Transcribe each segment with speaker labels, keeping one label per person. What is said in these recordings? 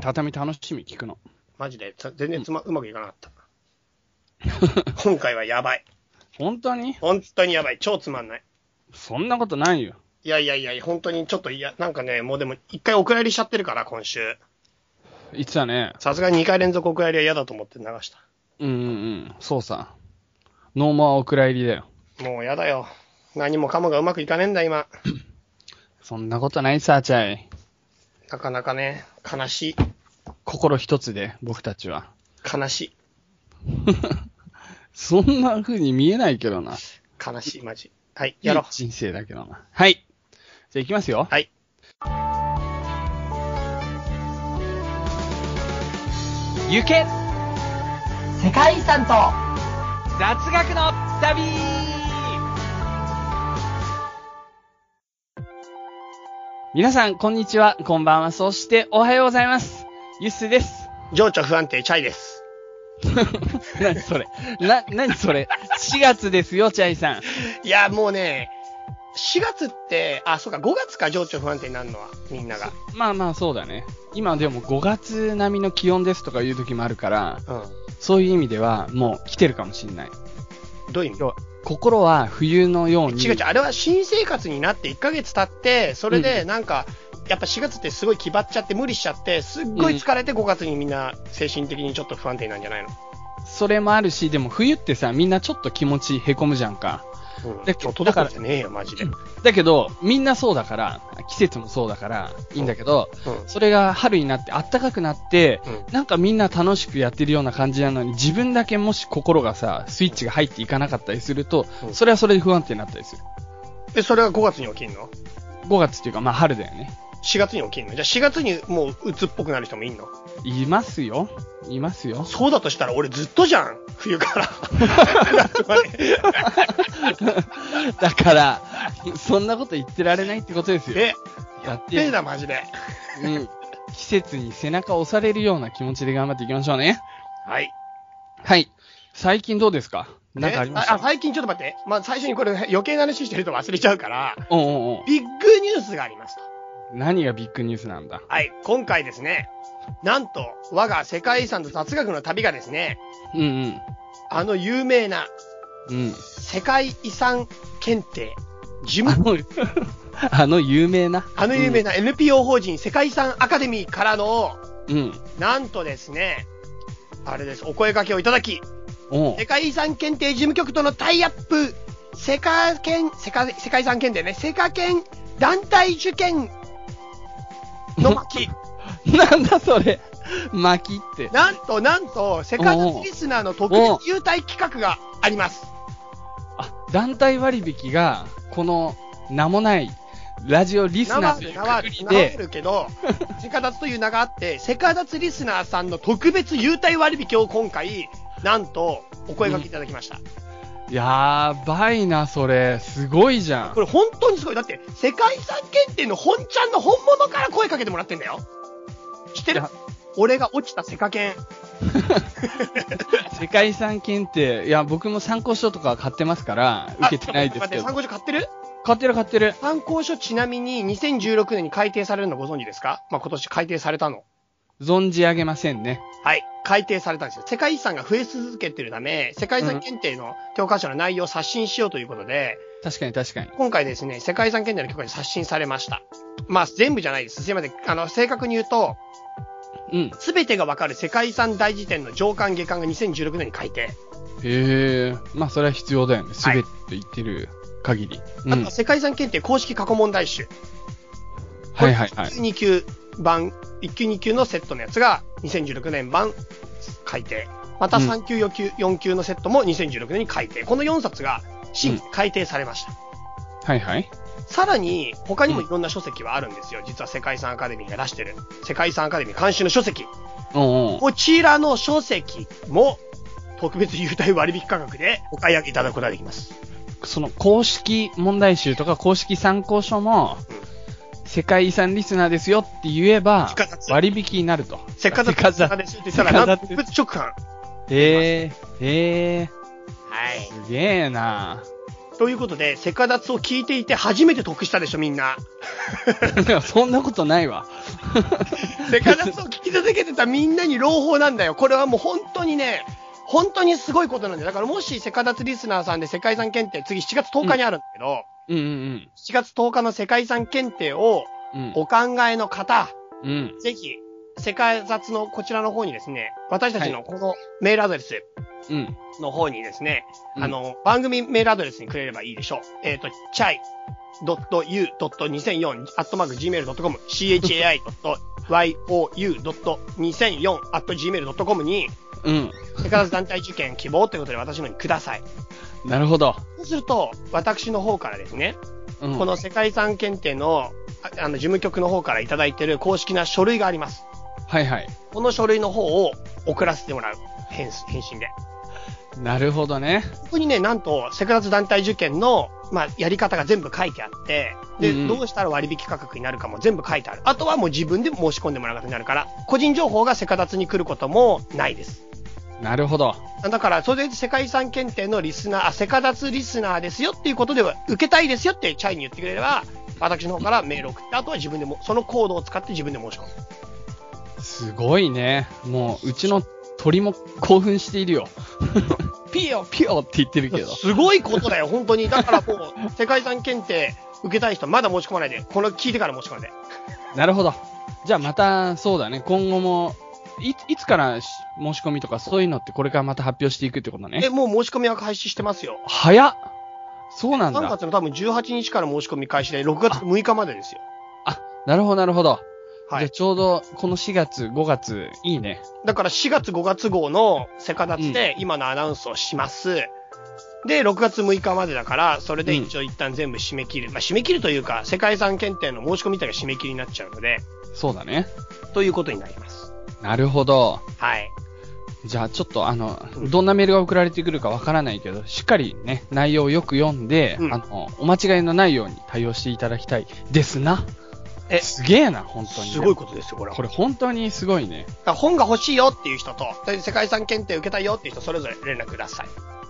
Speaker 1: 畳楽しみ聞くの。
Speaker 2: マジで、つ全然つま、うまくいかなかった。今回はやばい。
Speaker 1: 本当に
Speaker 2: 本当にやばい。超つまんない。
Speaker 1: そんなことないよ。
Speaker 2: いやいやいや、本当にちょっと、いや、なんかね、もうでも、一回お蔵入りしちゃってるから、今週。
Speaker 1: 言ってたね。
Speaker 2: さすがに2回連続お蔵入りは嫌だと思って流し
Speaker 1: うんうんうん。そうさ。ノーマーお蔵入りだよ。
Speaker 2: た。もうやだよ。何もかもがうまくいかねえんだ、今。
Speaker 1: そんなことないさ、チャイ。
Speaker 2: なかなかね、悲しい。
Speaker 1: 心一つで、僕たちは。
Speaker 2: 悲しい。
Speaker 1: そんな風に見えないけどな。
Speaker 2: 悲しい、マジ。はい、やろう
Speaker 1: いい。人生だけどな。はい。じゃあ行きますよ。
Speaker 2: はい。
Speaker 3: 行け
Speaker 4: 世界遺産と
Speaker 3: 雑学の旅
Speaker 1: 皆さん、こんにちは、こんばんは、そしておはようございます。ゆっすーです。
Speaker 2: 情緒不安定、チャイです。
Speaker 1: 何それ な、何それ ?4 月ですよ、チャイさん。
Speaker 2: いや、もうね、4月って、あ、そうか、5月か、情緒不安定になるのは、みんなが。
Speaker 1: まあまあ、そうだね。今でも5月並みの気温ですとかいう時もあるから、
Speaker 2: う
Speaker 1: そういう意味ではもう来てるかもしんない。
Speaker 2: ん。どういう意味
Speaker 1: 要は心は冬のように。
Speaker 2: 違う違う、あれは新生活になって1ヶ月経って、それでなんか、やっぱ4月ってすごい気張っちゃって、無理しちゃって、すっごい疲れて5月にみんな精神的にちょっと不安定なんじゃないの、
Speaker 1: それもあるし、でも冬ってさ、みんなちょっと気持ちへこむじゃんか。
Speaker 2: うん、
Speaker 1: で
Speaker 2: ちょっと
Speaker 1: だ
Speaker 2: だ
Speaker 1: か
Speaker 2: かららじゃねえよ、マジで。うん。
Speaker 1: だけど、みんなそうだから、季節もそうだから、いいんだけど、
Speaker 2: う
Speaker 1: それが春になって、暖かくなって、
Speaker 2: ん。
Speaker 1: なんかみんな楽しくやってるような感じなのに、自分だけもし心がさ、スイッチが入っていかなかったりすると
Speaker 2: う、ん
Speaker 1: それはそれで不安定になったりする。
Speaker 2: え、それは5月に起きんの
Speaker 1: 5月っていうか、まあ春だよね。
Speaker 2: ?4 月に起きんのじゃあ4月にもう鬱っぽくなる人もいんの
Speaker 1: いますよ。います よ。
Speaker 2: そうだとしたら俺ずっとじゃん冬から。
Speaker 1: だから、そんなこと言ってられないってことですよ。
Speaker 2: え、
Speaker 1: やっ
Speaker 2: ええな、マジで。
Speaker 1: うん。季節に背中を押されるような気持ちで頑張っていきましょうね。
Speaker 2: はい。
Speaker 1: はい。最近どうですかなんかありまし
Speaker 2: えあ、
Speaker 1: た
Speaker 2: 最近ちょっと待って。まあ、最初にこれ余計な話してると忘れちゃうから、
Speaker 1: おうおうおう
Speaker 2: ビッグニュースがありますと。
Speaker 1: 何がビッグニュースなんだ
Speaker 2: はい、今回ですね、なんと、我が世界遺産と雑学の旅がですね、
Speaker 1: うん
Speaker 2: あの有名な
Speaker 1: うん。うん。
Speaker 2: 世界遺産検定、事
Speaker 1: あの、
Speaker 2: 務、
Speaker 1: あの有名な。
Speaker 2: あの有名な NPO 法人世界遺産アカデミーからの、
Speaker 1: うん。うん。
Speaker 2: なんとですね、あれです、お声掛けをいただき、
Speaker 1: おう
Speaker 2: 世界遺産検定事務局とのタイアップ、世界検、世界、世界遺産検定ね、世界検団体受験の巻。
Speaker 1: なんだそれ。巻きって。
Speaker 2: なんとなんと、セカンドリスナーの特別優待企画があります。
Speaker 1: あ、団体割引が、この名もないラジオリス
Speaker 2: 名
Speaker 1: ナ
Speaker 2: は
Speaker 1: ーという
Speaker 2: 名は
Speaker 1: くくり
Speaker 2: 名はあ
Speaker 1: で、
Speaker 2: るけ ど、セカダツという名があって、セカダツリスナーさんの特別優待割引を今回、なんとお声掛けいただきました。
Speaker 1: やばいな、それ。すごいじゃん
Speaker 2: こ。れ本当にすごい。だって、世界遺産検定の本ちゃんの本物から声かけてもらってんだよ。知って
Speaker 1: い
Speaker 2: る
Speaker 1: や
Speaker 2: 俺が落ちたセカ検。
Speaker 1: 世界遺産検定。いや、僕も参考書とか買ってますから、 受けてないですけ
Speaker 2: あちょっと待って
Speaker 1: ど。
Speaker 2: 参考書買ってる
Speaker 1: 買ってる買ってる。
Speaker 2: 参考書ちなみに2016年に改定されるのご存知ですかまあ、今年改定されたの。
Speaker 1: 存じ上げませんね。
Speaker 2: はい、改定されたんですよ。世界遺産が増え続けてるため、世界遺産検定の教科書の内容を刷新しようということで、
Speaker 1: 確かに確かに。
Speaker 2: 今回ですね、世界遺産検定の教科書に刷新されました。まあ、全部じゃないです。すいません。あの、正確に言うと、
Speaker 1: うん。
Speaker 2: すべてがわかる世界遺産大辞典の上巻下巻が2016年に改定。
Speaker 1: へえ。まあ、それは必要だよね。す
Speaker 2: はい
Speaker 1: べて言ってる限り。う
Speaker 2: あ
Speaker 1: ん
Speaker 2: と、。世界遺産検定公式過去問題集。
Speaker 1: はいはいはい。
Speaker 2: 2級版、1級2級のセットのやつが2016年版改定。また
Speaker 1: うん
Speaker 2: 3級4級、4級のセットも2016年に改定。この4冊が新規改定されました。
Speaker 1: はいはい。
Speaker 2: さらに、他にもいろんな書籍はあるんですよ。実は世界遺産アカデミーが出してる。世界遺産アカデミー監修の書籍。
Speaker 1: おうおう
Speaker 2: こちらの書籍も、特別優待割引価格でお買い上げいただくことができます。
Speaker 1: その公式問題集とか公式参考書も、世界遺産リスナーですよって言えば
Speaker 2: せっかく、
Speaker 1: 割引になると。
Speaker 2: せっか
Speaker 1: せ
Speaker 2: く
Speaker 1: っかく
Speaker 2: ですって言ったら、なんと特別直販。
Speaker 1: へえ、へえ、
Speaker 2: はい。
Speaker 1: すげえな
Speaker 2: ということで、セカダツを聞いていて初めて得したでしょ、みんな。
Speaker 1: いや そんなことないわ。
Speaker 2: セカダツを聞き続けてたみんなに朗報なんだよ。これはもう本当にね、本当にすごいことなんだよ。だからもしセカダツリスナーさんで世界遺産検定、次7月10日にあるんだけど、
Speaker 1: うんうん
Speaker 2: 7月10日の世界遺産検定を
Speaker 1: うん。
Speaker 2: お考えの方、
Speaker 1: うん。うん。
Speaker 2: ぜひ、世界雑のこちらの方にですね、私たちのこのメールアドレス
Speaker 1: うん。
Speaker 2: の方にですね、
Speaker 1: うん
Speaker 2: あの、番組メールアドレスにくれればいいでしょう。えっ、ー、と、chai.u.2004 アットマーク gmail.com、chai.you.2004 アット gmail.com に、
Speaker 1: うん。
Speaker 2: セカダツ団体受験希望ということで私のにください。
Speaker 1: なるほど。
Speaker 2: そうすると、私の方からですね、
Speaker 1: うん。
Speaker 2: この世界遺産検定の、ああの、事務局の方からいただいている公式な書類があります。
Speaker 1: はいはい。
Speaker 2: この書類の方を送らせてもらう。返す返信で。
Speaker 1: なるほどね。
Speaker 2: ここにね、なんと、セクダツ団体受験の、まあ、やり方が全部書いてあって、で、
Speaker 1: うんうん
Speaker 2: どうしたら割引価格になるかも全部書いてある。あとはもう自分で申し込んでもらう形になるから、個人情報がセクダツに来ることもないです。
Speaker 1: なるほど。
Speaker 2: だから、それで世界遺産検定のリスナー、あ、セカダツリスナーですよっていうことでは、受けたいですよってチャイに言ってくれれば、私の方からメールを送って、あとは自分でも、そのコードを使って自分で申し込む。
Speaker 1: すごいね。もう、うちの鳥も興奮しているよ。 ピヨピヨって言ってるけど。
Speaker 2: すごいことだよ、本当に。だからもう、世界遺産検定受けたい人、まだ申し込まないで、この聞いてから申し込んで。
Speaker 1: なるほど。じゃあまた、そうだね。今後も、いつ、いつからし申し込みとかそういうのってこれからまた発表していくってこと
Speaker 2: え、
Speaker 1: ね。
Speaker 2: もう申し込みは開始してますよ。
Speaker 1: 早っそうなん
Speaker 2: 3
Speaker 1: だ。
Speaker 2: 月の多分18日から申し込み開始で、6月6日までですよ。
Speaker 1: あ、なるほど、なるほど。
Speaker 2: は
Speaker 1: じゃあ
Speaker 2: い。
Speaker 1: ちょうど、この4月、5月、いいね。
Speaker 2: だから4月5月号のセカダツで今のアナウンスをします。で、6月6日までだから、それで一応一旦全部締め切る。まあ、締め切るというか、世界遺産検定の申し込みたいが締め切りになっちゃうので、
Speaker 1: そうだね。
Speaker 2: ということになります。
Speaker 1: なるほど。
Speaker 2: はい。
Speaker 1: じゃあちょっとあの
Speaker 2: う、ん
Speaker 1: どんなメールが送られてくるかわからないけど、しっかりね、内容をよく読んで、
Speaker 2: うん
Speaker 1: あの、お間違いのないように対応していただきたいですな。
Speaker 2: え
Speaker 1: すげえな、本当に。
Speaker 2: すごいことですよ、これは
Speaker 1: これ本当にすごいね。
Speaker 2: だから本が欲しいよっていう人と、で世界遺産検定受けたいよっていう人、それぞれ連絡ください。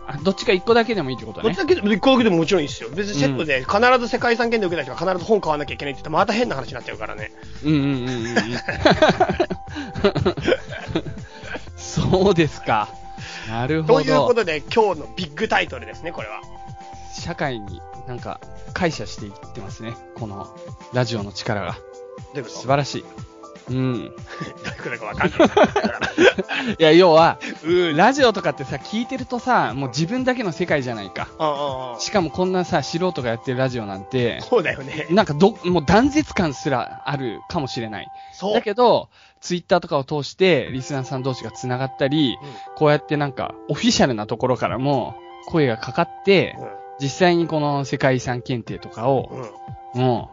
Speaker 1: あどっちか一個だけでもいいってこと
Speaker 2: こっ
Speaker 1: ね
Speaker 2: ち。だけで、1個だけでももちろんいいですよ。別にセットで、必ず世界遺産検定受けたい人が必ず本買わなきゃいけないって言って、また変な話になっちゃうからね。
Speaker 1: うんうんうんうんうん。 そうですか。なる
Speaker 2: と
Speaker 1: ほ
Speaker 2: いうこ
Speaker 1: ど。
Speaker 2: とで、今日のビッグタイトルですね、これは。
Speaker 1: 社会になんか感謝していってますね。このラジオの力が。
Speaker 2: どういうこ
Speaker 1: 素
Speaker 2: と
Speaker 1: 晴らしい。うん。
Speaker 2: どういうことかわかんない。だから
Speaker 1: いや、要は、
Speaker 2: うーん。
Speaker 1: ラジオとかってさ、聞いてるとさ、もう自分だけの世界じゃないか。
Speaker 2: うんうんうん
Speaker 1: しかもこんなさ、素人がやってるラジオなんて、
Speaker 2: そうだよね。
Speaker 1: なんかど、もう断絶感すらあるかもしれない。
Speaker 2: そう
Speaker 1: だ。けど、ツイッターとかを通して、リスナーさん同士が繋がったり、
Speaker 2: うん
Speaker 1: こうやってなんか、オフィシャルなところからも、声がかかって、実際にこの世界遺産検定とか
Speaker 2: うん
Speaker 1: を、
Speaker 2: うん
Speaker 1: も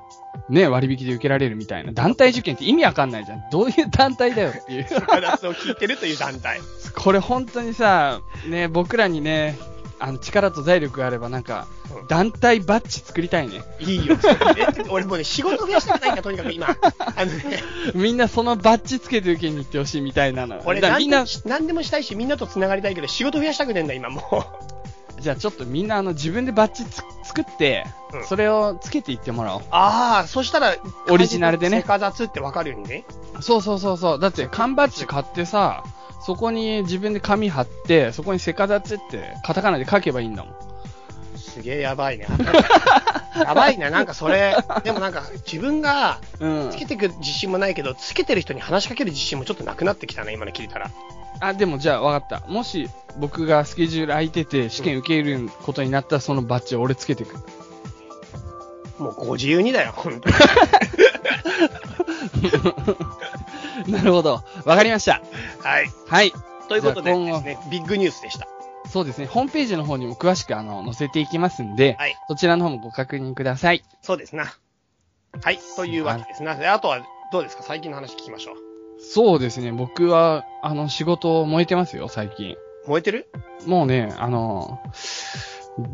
Speaker 1: う、ね、割引で受けられるみたいな。団体受験って意味わかんないじゃん。どういう団体だよっていう。
Speaker 2: 話を聞いてるという団体。
Speaker 1: これ本当にさ、ね、僕らにね、あの力と財力があればなんか
Speaker 2: う、ん
Speaker 1: 団体バッジ作りたいね。
Speaker 2: いいよ。それね俺もうね、仕事増やしたくないんだ、とにかく今。あのね、
Speaker 1: みんなそのバッジつけて受けに行ってほしいみたいなの。
Speaker 2: 俺
Speaker 1: だからみんな
Speaker 2: 何でも、し何でもしたいし、みんなと繋がりたいけど、仕事増やしたくねえんだ、今もう。
Speaker 1: じゃあちょっとみんなあの自分でバッジつ作って、
Speaker 2: うん
Speaker 1: それをつけていってもらおう。
Speaker 2: ああ、そしたら、
Speaker 1: オリジナルでね
Speaker 2: セカザツってわかるようにね。
Speaker 1: そうそうそうそう。だって缶バッジ買ってさ、そこに自分で紙貼って、そこにセカザツってカタカナで書けばいいんだもん。
Speaker 2: すげえやばいね。やばいな、なんかそれ、でもなんか自分が
Speaker 1: うん
Speaker 2: つ。けてく自信もないけど、つけてる人に話しかける自信もちょっとなくなってきたね、今の聞いたら。
Speaker 1: あ、でもじゃあ分かった。もし僕がスケジュール空いてて試験受けることになったらそのバッジを俺つけてく。
Speaker 2: もうご自由にだよ、本当 に。
Speaker 1: なるほど。わかりました。
Speaker 2: はい。
Speaker 1: はい。
Speaker 2: ということ
Speaker 1: じ
Speaker 2: で
Speaker 1: ゃあ今後
Speaker 2: ですね、ビッグニュースでした。
Speaker 1: そうですね。ホームページの方にも詳しくあの載せていきますんで、
Speaker 2: はい
Speaker 1: そちらの方もご確認ください。
Speaker 2: そうですな。はい、というわけですな。であとは、どうですか最近の話聞きましょう。
Speaker 1: そうですね。僕は、あの、仕事燃えてますよ、最近。
Speaker 2: 燃えてる
Speaker 1: もうね、あの、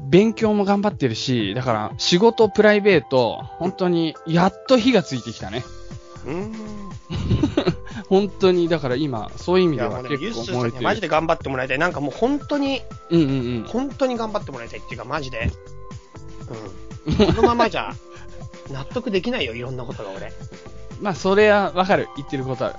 Speaker 1: 勉強も頑張ってるし、だから、仕事、プライベート、本当に、やっと火がついてきたね。
Speaker 2: うーん。
Speaker 1: 本当に、だから今、そういう意
Speaker 2: い
Speaker 1: 味で
Speaker 2: や、も
Speaker 1: は
Speaker 2: うね、ユッ
Speaker 1: 結
Speaker 2: ス
Speaker 1: 構
Speaker 2: ーさ
Speaker 1: 燃え
Speaker 2: んに
Speaker 1: て
Speaker 2: は
Speaker 1: る。
Speaker 2: マジで頑張ってもらいたい。なんかもう本当に、
Speaker 1: うんうんうん。
Speaker 2: 本当に頑張ってもらいたいっていうか、マジで。うん。このままじゃ、納得できないよ、いろんなことが俺。
Speaker 1: まあ、それはわかる。言ってることは。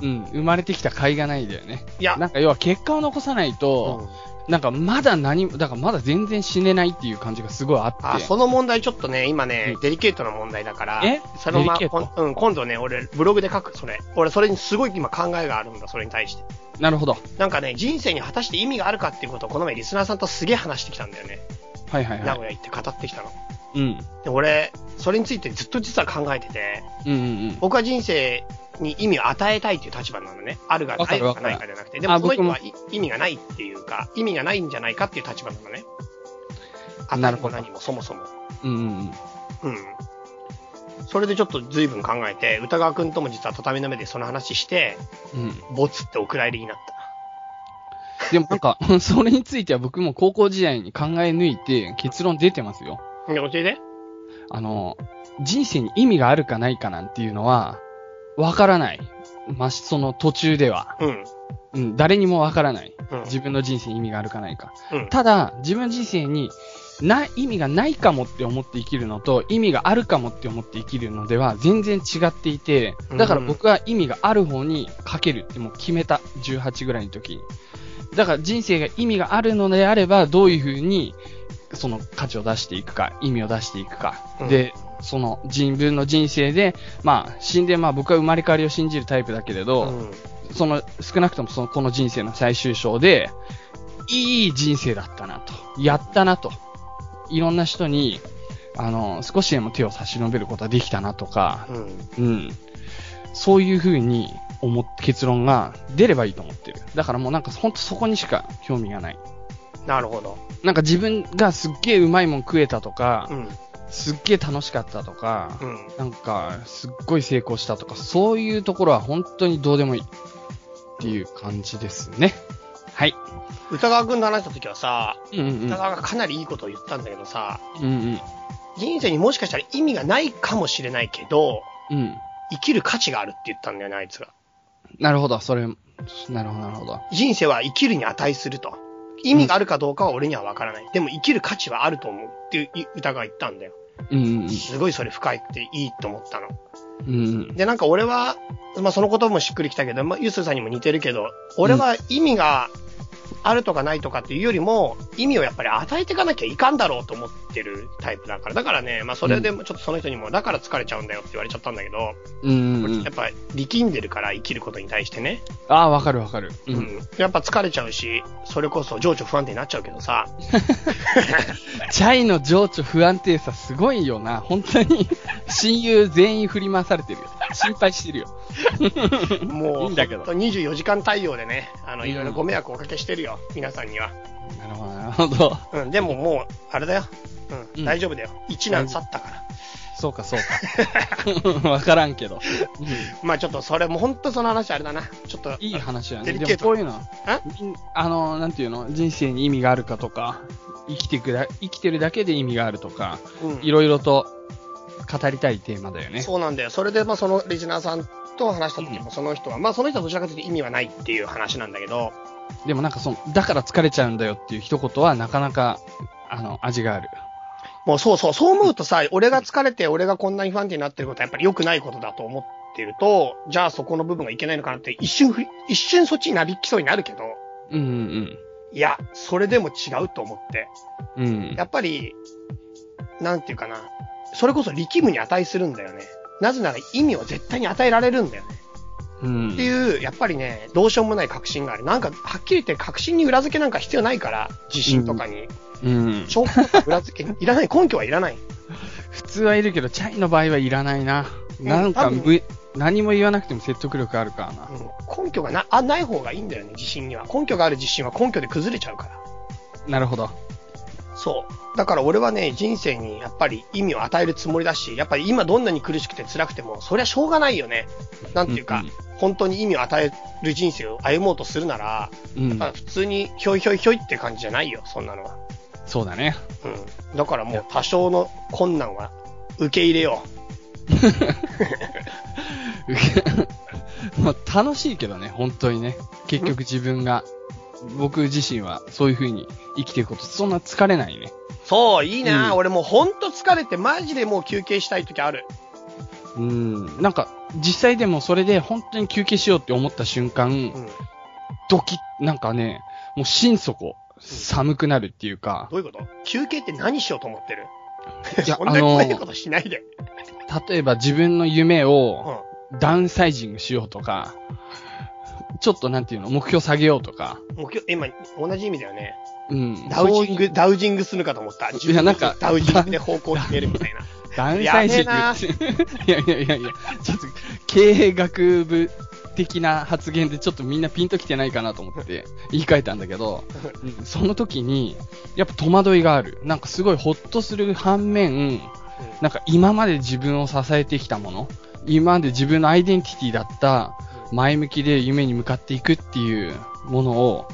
Speaker 2: う
Speaker 1: う
Speaker 2: ん。
Speaker 1: ん。生まれてきた甲斐がないんだよね。
Speaker 2: いや、
Speaker 1: なんか要は結果を残さないと、
Speaker 2: うん
Speaker 1: なんかまだ何も、だからまだ全然死ねないっていう感じがすごいあって。
Speaker 2: あ、その問題ちょっとね、今ね、
Speaker 1: うん
Speaker 2: デリケートな問題だから、
Speaker 1: え
Speaker 2: そのま
Speaker 1: デリケート
Speaker 2: こんうん、今度ね、俺、ブログで書く、それ。俺、それにすごい今考えがあるんだ、それに対して。
Speaker 1: なるほど。
Speaker 2: なんかね、人生に果たして意味があるかっていうことを、この前リスナーさんとすげえ話してきたんだよね。
Speaker 1: はいはい
Speaker 2: 名
Speaker 1: は
Speaker 2: 古屋行って語ってきたの。
Speaker 1: い。うん。
Speaker 2: で、俺、それについてずっと実は考えてて、
Speaker 1: うんうん
Speaker 2: 僕は人生に意味を与えたいっていう立場なのね。あるが
Speaker 1: わ
Speaker 2: な
Speaker 1: か
Speaker 2: い
Speaker 1: る
Speaker 2: が
Speaker 1: わかる
Speaker 2: ないかじゃなくて。で
Speaker 1: あ
Speaker 2: も、その人
Speaker 1: 僕も
Speaker 2: はい意味がないっていうか、意味がないんじゃないかっていう立場なのね。あ
Speaker 1: なるほど
Speaker 2: 何もそもそも。
Speaker 1: うん。うんうんうん。
Speaker 2: うん。それでちょっと随分考えて、歌川くんとも実は畳の目でその話して、
Speaker 1: うん。
Speaker 2: ボツってお蔵入りになった。
Speaker 1: でもなんか、 それについては僕も高校時代に考え抜いて結論出てますよ。
Speaker 2: で教えて。
Speaker 1: あの、人生に意味があるかないかなんていうのは、わからない。まし、その途中では。
Speaker 2: うん。
Speaker 1: うん、誰にもわからない。
Speaker 2: うん。
Speaker 1: 自分の人生に意味があるかないか。
Speaker 2: うん。
Speaker 1: ただ、自分人生に、な、意味がないかもって思って生きるのと、意味があるかもって思って生きるのでは、全然違っていて、だから僕は意味がある方にかけるってもう決めた。18ぐらいの時に。だから人生が意味があるのであれば、どういうふうに、その価値を出していくか、意味を出していくか。
Speaker 2: うん
Speaker 1: で、その人分の人生で、まあ、死んで、まあ僕は生まれ変わりを信じるタイプだけれど、
Speaker 2: うん。
Speaker 1: その、少なくともその、この人生の最終章で、いい人生だったなと。やったなと。いろんな人に、あの、少しでも手を差し伸べることができたなとか、
Speaker 2: うん。
Speaker 1: うん。そういう風に思っ、結論が出ればいいと思ってる。だからもうなんかほんとそこにしか興味がない。
Speaker 2: なるほど。
Speaker 1: なんか自分がすっげえうまいもん食えたとか
Speaker 2: う、ん。
Speaker 1: すっげえ楽しかったとか、
Speaker 2: うん。
Speaker 1: なんか、すっごい成功したとか、そういうところは本当にどうでもいいっていう感じですね。はい。
Speaker 2: 歌川くんと話した時はさ、
Speaker 1: うんうん
Speaker 2: 歌川がかなりいいことを言ったんだけどさ、
Speaker 1: うん。うん
Speaker 2: 人生にもしかしたら意味がないかもしれないけど、
Speaker 1: うん。うん。
Speaker 2: 生きる価値があるって言ったんだよね、あいつが。
Speaker 1: なるほど、それ、なるほど、なるほど。
Speaker 2: 人生は生きるに値すると。意味があるかどうかは俺には分からない。でも生きる価値はあると思うっていう歌が言ったんだよ。
Speaker 1: うんうん
Speaker 2: すごいそれ深いっていいと思ったの。
Speaker 1: うん。うんうん。
Speaker 2: で、なんか俺は、まあその言葉もしっくりきたけど、まあユースさんにも似てるけど、俺は意味があるとかないとかっていうよりも、意味をやっぱり与えていかなきゃいかんだろうと思ってるタイプだから。だからね、まあそれでもちょっとその人にも、だから疲れちゃうんだよって言われちゃったんだけど、
Speaker 1: うんうんうん
Speaker 2: やっ。ぱ力んでるから生きることに対してね。
Speaker 1: ああ、わかるわかる。う。
Speaker 2: うんん。やっぱ疲れちゃうし、それこそ情緒不安定になっちゃうけどさ、
Speaker 1: チャイの情緒不安定さすごいよな。本当 に、親友全員振り回されてるよ。心配してるよ。
Speaker 2: も
Speaker 1: い
Speaker 2: う、
Speaker 1: いんだけど
Speaker 2: ほんと24時間対応でね、あの、
Speaker 1: うん
Speaker 2: いろいろご迷惑をおかけしてるよ、皆さんには。
Speaker 1: なるほど、なるほど。
Speaker 2: うん、でももう、あれだよ。うん、
Speaker 1: うん
Speaker 2: 大丈夫だよ。一難去ったから。
Speaker 1: そうか、 そうか。わからんけど。うん
Speaker 2: まあちょっとそれ、もうほんとその話あれだな。ちょっと、
Speaker 1: いい話やね。
Speaker 2: デリ
Speaker 1: で
Speaker 2: ケー
Speaker 1: も
Speaker 2: ト
Speaker 1: こういうのは、みんあの、なんていうの人生に意味があるかとか、生きてくだ、生きてるだけで意味があるとか、
Speaker 2: うん
Speaker 1: いろいろと語りたいテーマだよね。
Speaker 2: そうなんだよ。それで、まあそのリスナーさんと話した時も、その人は、まあその人はどちらかというと意味はないっていう話なんだけど、
Speaker 1: でもなんかその、だから疲れちゃうんだよっていう一言はなかなか、あの、味がある。
Speaker 2: もうそうそう、そう思うとさ、俺が疲れて、俺がこんなに不安定になってることはやっぱり良くないことだと思ってると、じゃあそこの部分がいけないのかなって、一瞬ふり、一瞬そっちになびきそうになるけど、
Speaker 1: うんうん
Speaker 2: いや、それでも違うと思って。
Speaker 1: うん。うん
Speaker 2: や。っぱり、なんていうかな、それこそ力むに値するんだよね。なぜなら意味を絶対に与えられるんだよね。
Speaker 1: うん
Speaker 2: っていう、やっぱりね、どうしようもない確信がある。なんか、はっきり言って確信に裏付けなんか必要ないから、自信とかに。
Speaker 1: うん。
Speaker 2: 証拠とか裏付け、いらない、根拠はいらない。
Speaker 1: 普通はいるけど、チャイの場合はいらないな。なん
Speaker 2: 多
Speaker 1: か
Speaker 2: 分
Speaker 1: む、何も言わなくても説得力あるからな。
Speaker 2: うん、根拠がなあない方がいいんだよね、自信には。根拠がある自信は根拠で崩れちゃうから。
Speaker 1: なるほど。
Speaker 2: そう。だから俺はね、人生にやっぱり意味を与えるつもりだし、やっぱり今どんなに苦しくて辛くても、そりゃしょうがないよね。なんていうか、本当に意味を与える人生を歩もうとするなら、
Speaker 1: うん。う
Speaker 2: まあ
Speaker 1: ん。
Speaker 2: 普通にひょいひょいひょいって感じじゃないよ、そんなのは。
Speaker 1: そうだね。
Speaker 2: うん。だからもう多少の困難は受け入れよ
Speaker 1: まあ、楽しいけどね、本当にね。結局自分が、僕自身はそういう風に生きていくこと、そんな疲れないね。
Speaker 2: う。そう、いいな、
Speaker 1: うん
Speaker 2: 俺もうほんと疲れて、マジでもう休憩したい時ある。
Speaker 1: うん。なんか、実際でもそれで本当に休憩しようって思った瞬間
Speaker 2: う、ん。ど
Speaker 1: ドキッ、なんかね、もう心底、寒くなるっていうか
Speaker 2: う、いうこと休憩って何しようと思ってる
Speaker 1: いや
Speaker 2: そんな怖いことしないで。
Speaker 1: 例えば自分の夢
Speaker 2: う
Speaker 1: を
Speaker 2: ん。
Speaker 1: ダウンサイジングしようとか、ちょっとなんていうの、目標下げようとか、
Speaker 2: もう今日、今、同じ意味だよね。
Speaker 1: うん。
Speaker 2: ダウジ
Speaker 1: そう
Speaker 2: ン
Speaker 1: いう
Speaker 2: グ、ダウジングするかと思った。
Speaker 1: いやなんか
Speaker 2: ダウジングで方向を決めるみたい な。
Speaker 1: ダウンサイジングって。いやいやいやいや、ちょっと経営学部的な発言でちょっとみんなピンときてないかなと思って言い換えたんだけど、うんその時にやっぱ戸惑いがある。なんかすごいホッとする反面、なんか今まで自分を支えてきたもの、今まで自分のアイデンティティだった前向きで夢に向かっていくっていうものを、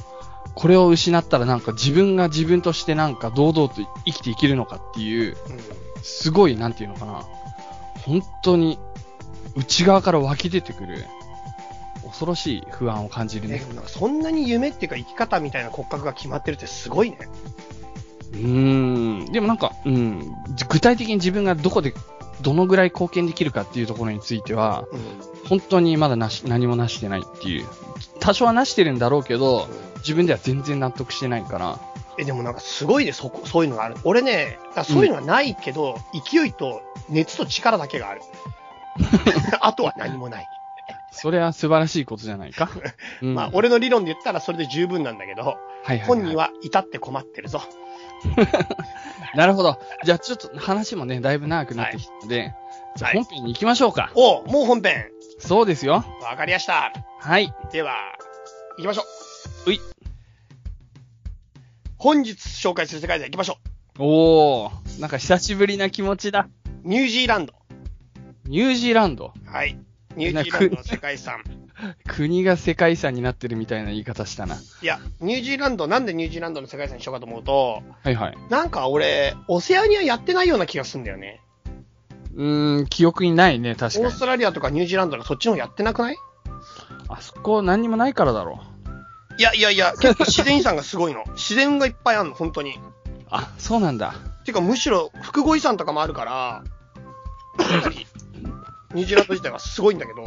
Speaker 1: これを失ったらなんか自分が自分としてなんか堂々と生きていけるのかっていう、
Speaker 2: うんうん
Speaker 1: すごい、なんていうのかな。本当に、内側から湧き出てくる、恐ろしい不安を感じる
Speaker 2: ね
Speaker 1: ね。、
Speaker 2: なんかそんなに夢っていうか生き方みたいな骨格が決まってるってすごいね。
Speaker 1: うーん。でもなんか、うん。具体的に自分がどこで、どのぐらい貢献できるかっていうところについては、
Speaker 2: うん。
Speaker 1: 本当にまだなし、何もなしてないっていう。多少はなしてるんだろうけど、自分では全然納得してないから。
Speaker 2: え、でもなんかすごいね、そこ、そういうのがある。俺ね、だからそういうのはないけど、勢いと熱と力だ けがある。あとは何もない。
Speaker 1: それは素晴らしいことじゃない か。うん
Speaker 2: まあ、、俺の理論で言ったらそれで十分なんだけど、
Speaker 1: はいはいい
Speaker 2: 本人は至って困ってるぞ。
Speaker 1: なるほど。じゃあちょっと話もね、だいぶ長くなってきたので、じゃあ
Speaker 2: はい
Speaker 1: 本編に行きましょうか。
Speaker 2: おうもう本編。
Speaker 1: そうですよ。
Speaker 2: わかりやした。
Speaker 1: はい。
Speaker 2: では、行きましょう。
Speaker 1: うい。
Speaker 2: 本日紹介する世界で行きましょ
Speaker 1: おー、なんか久しぶりな気持ちだ。
Speaker 2: う。ニュージーランド。
Speaker 1: ニュージーランド。
Speaker 2: はい。ニュージーランドの世界遺産。
Speaker 1: 国が世界遺産になってるみたいな言い方したな。
Speaker 2: いや、ニュージーランド、なんでニュージーランドの世界遺産にしようかと思うと、
Speaker 1: はいはい。
Speaker 2: なんか俺、オセアニアやってないような気がするんだよね。
Speaker 1: うーん、記憶にないね、
Speaker 2: オ
Speaker 1: 確か
Speaker 2: ー
Speaker 1: に
Speaker 2: ス。トラリアとかニュージーランドとかそっちの方やってなくない
Speaker 1: あそこ何にもないからだろ
Speaker 2: いやいやいや、結構自然遺産がすごいの。 自然がいっぱいあるの、本当に。
Speaker 1: う。あ、そうなんだ。
Speaker 2: てかむしろ複合遺産とかもあるから、ニュージーランド自体はすごいんだけど、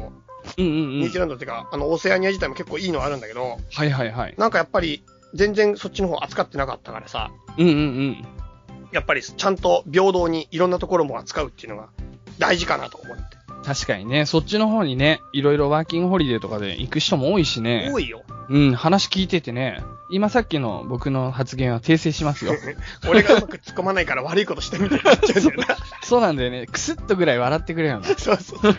Speaker 1: うんう
Speaker 2: ニ
Speaker 1: んう
Speaker 2: ュージー
Speaker 1: ん。
Speaker 2: ランドっていうか、あの、オセアニア自体も結構いいのあるんだけど、
Speaker 1: はいはいはい。
Speaker 2: なんかやっぱり、全然そっちの方扱ってなかったからさ、
Speaker 1: うんうんうん。
Speaker 2: やっぱりちゃんと平等にいろんなところも扱うっていうのが大事かなと思って。
Speaker 1: 確かにね、そっちの方にね、いろいろワーキングホリデーとかで行く人も多いしね。
Speaker 2: 多いよ。
Speaker 1: うん、話聞いててね、今さっきの僕の発言は訂正し ますよ。
Speaker 2: 俺がうまく突っ込まないから悪いことしてみたいになっちゃうんだよな。
Speaker 1: そうなんだよね、くすっとぐらい笑ってくれよな。
Speaker 2: そうそう。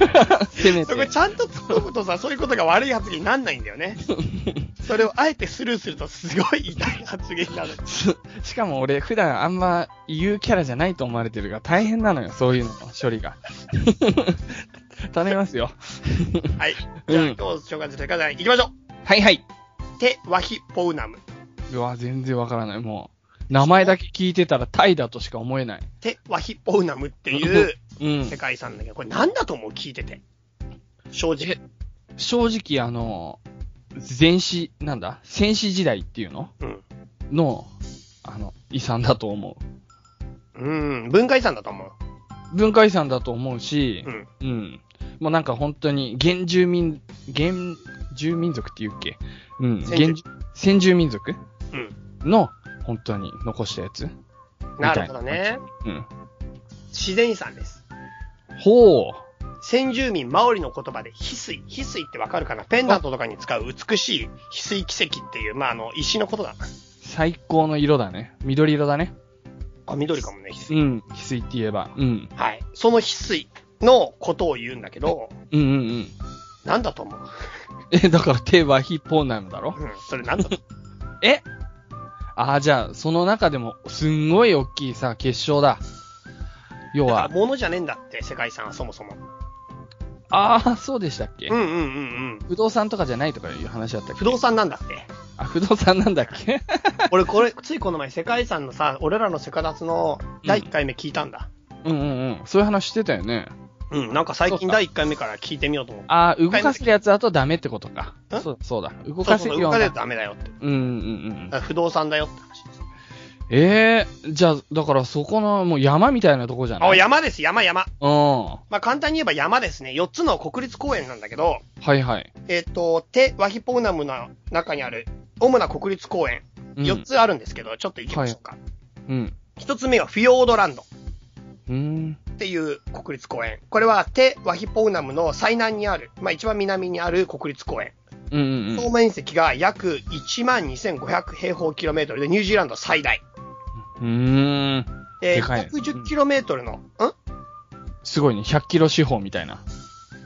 Speaker 1: せめ
Speaker 2: そこ
Speaker 1: て
Speaker 2: ち。ゃんと突っ込むとさ、そういうことが悪い発言になんないんだよね。それをあえてスルーするとすごい痛い発言になる。
Speaker 1: し しかも俺、普段あんま言うキャラじゃないと思われてるが、大変なのよ、そういうのの処理が。 頼みますよ。
Speaker 2: はい。じゃあ、
Speaker 1: うん
Speaker 2: 今日紹介する世界遺産行きましょ
Speaker 1: はいはい。
Speaker 2: う。テ・ワヒ・ポウナム。
Speaker 1: うわ、全然わからない、もう。名前だけ聞いてたらタイだとしか思えない。
Speaker 2: テ・ワヒ・ポウナムっていう
Speaker 1: うん
Speaker 2: 世。界遺産だけど、これなんだと思う聞いてて。正直。
Speaker 1: 正直、あの、前史、なんだ戦史時代っていうの
Speaker 2: うん。
Speaker 1: の、あの、遺産だと思う。
Speaker 2: うん。文化遺産だと思う。
Speaker 1: 文化遺産だと思うし
Speaker 2: う、ん。
Speaker 1: うん。もうなんか本当に、原住民、原住民族って言うっけうん。
Speaker 2: 先住
Speaker 1: 原住先住民族
Speaker 2: うん。
Speaker 1: の、本当に残したやつ
Speaker 2: なるほどね。
Speaker 1: うん。
Speaker 2: 自然遺産です。
Speaker 1: ほう。
Speaker 2: 先住民マオリの言葉で翡翠。翡翠ってわかるかなペンダントとかに使う美しい翡翠奇跡っていう、まあ、あの、石のことだ。
Speaker 1: 最高の色だね。緑色だね。
Speaker 2: あ、緑かもね、翡
Speaker 1: う
Speaker 2: 翠。
Speaker 1: ん。翡翠って言えば。うん。
Speaker 2: はい。その翡翠のことを言うんだけど、
Speaker 1: うんうんうん。
Speaker 2: なんだと思う
Speaker 1: え、だから手はヒポーナムだろ
Speaker 2: うん。それなんだと思
Speaker 1: えああ、じゃあ、その中でも、すんごい大きいさ、結晶だ。要
Speaker 2: うだから
Speaker 1: は、
Speaker 2: 物じゃねえんだって、世界遺産はそもそも。
Speaker 1: ああ、そうでしたっけ、
Speaker 2: うんうんうんうん。
Speaker 1: 不動産とかじゃないとかいう話だったっけ
Speaker 2: 不動産なんだって。
Speaker 1: あ、不動産なんだっけ
Speaker 2: 俺、これ、 ついこの前、世界遺産のさ、俺らのセカダツの第1回目聞いたんだ。
Speaker 1: うんうんうん。そういう話してたよね。
Speaker 2: うん、なんか最
Speaker 1: そ
Speaker 2: 近
Speaker 1: うか
Speaker 2: 第1回目から聞いてみようと思って。
Speaker 1: ああ、動かせるやつだとダメってことか。
Speaker 2: ん
Speaker 1: そうそうだ。動
Speaker 2: そ
Speaker 1: か
Speaker 2: う
Speaker 1: せ
Speaker 2: そう
Speaker 1: る
Speaker 2: 動
Speaker 1: ような。
Speaker 2: かない
Speaker 1: うん
Speaker 2: とダメだよって。だ
Speaker 1: うんうんうん
Speaker 2: か。ら不動産だよって話です。
Speaker 1: ええじゃあ、だからそこのもう山みたいなとこじゃない
Speaker 2: あ、山です、山、山。
Speaker 1: うん。は
Speaker 2: まあ、簡単に言えば山ですね。4つの国立公園なんだけど、
Speaker 1: いはい。
Speaker 2: えっ、と、テ・ワヒポウナムの中にある、主な国立公園、
Speaker 1: うん
Speaker 2: 4つあるんですけど、ちょっと行きましょうか。
Speaker 1: うん。
Speaker 2: 1つ目はフィヨードランド
Speaker 1: うん。
Speaker 2: っていう国立公園。これはテ・ワヒポウナムの最南にある、まあ、一番南にある国立公園。
Speaker 1: うんうんうん
Speaker 2: 総面積が約12,500平方キロメートルで、ニュージーランド最大。。
Speaker 1: うーん。
Speaker 2: で、
Speaker 1: でかい
Speaker 2: 110キロメートルの、ん
Speaker 1: すごいね。100キロ四方みたいな。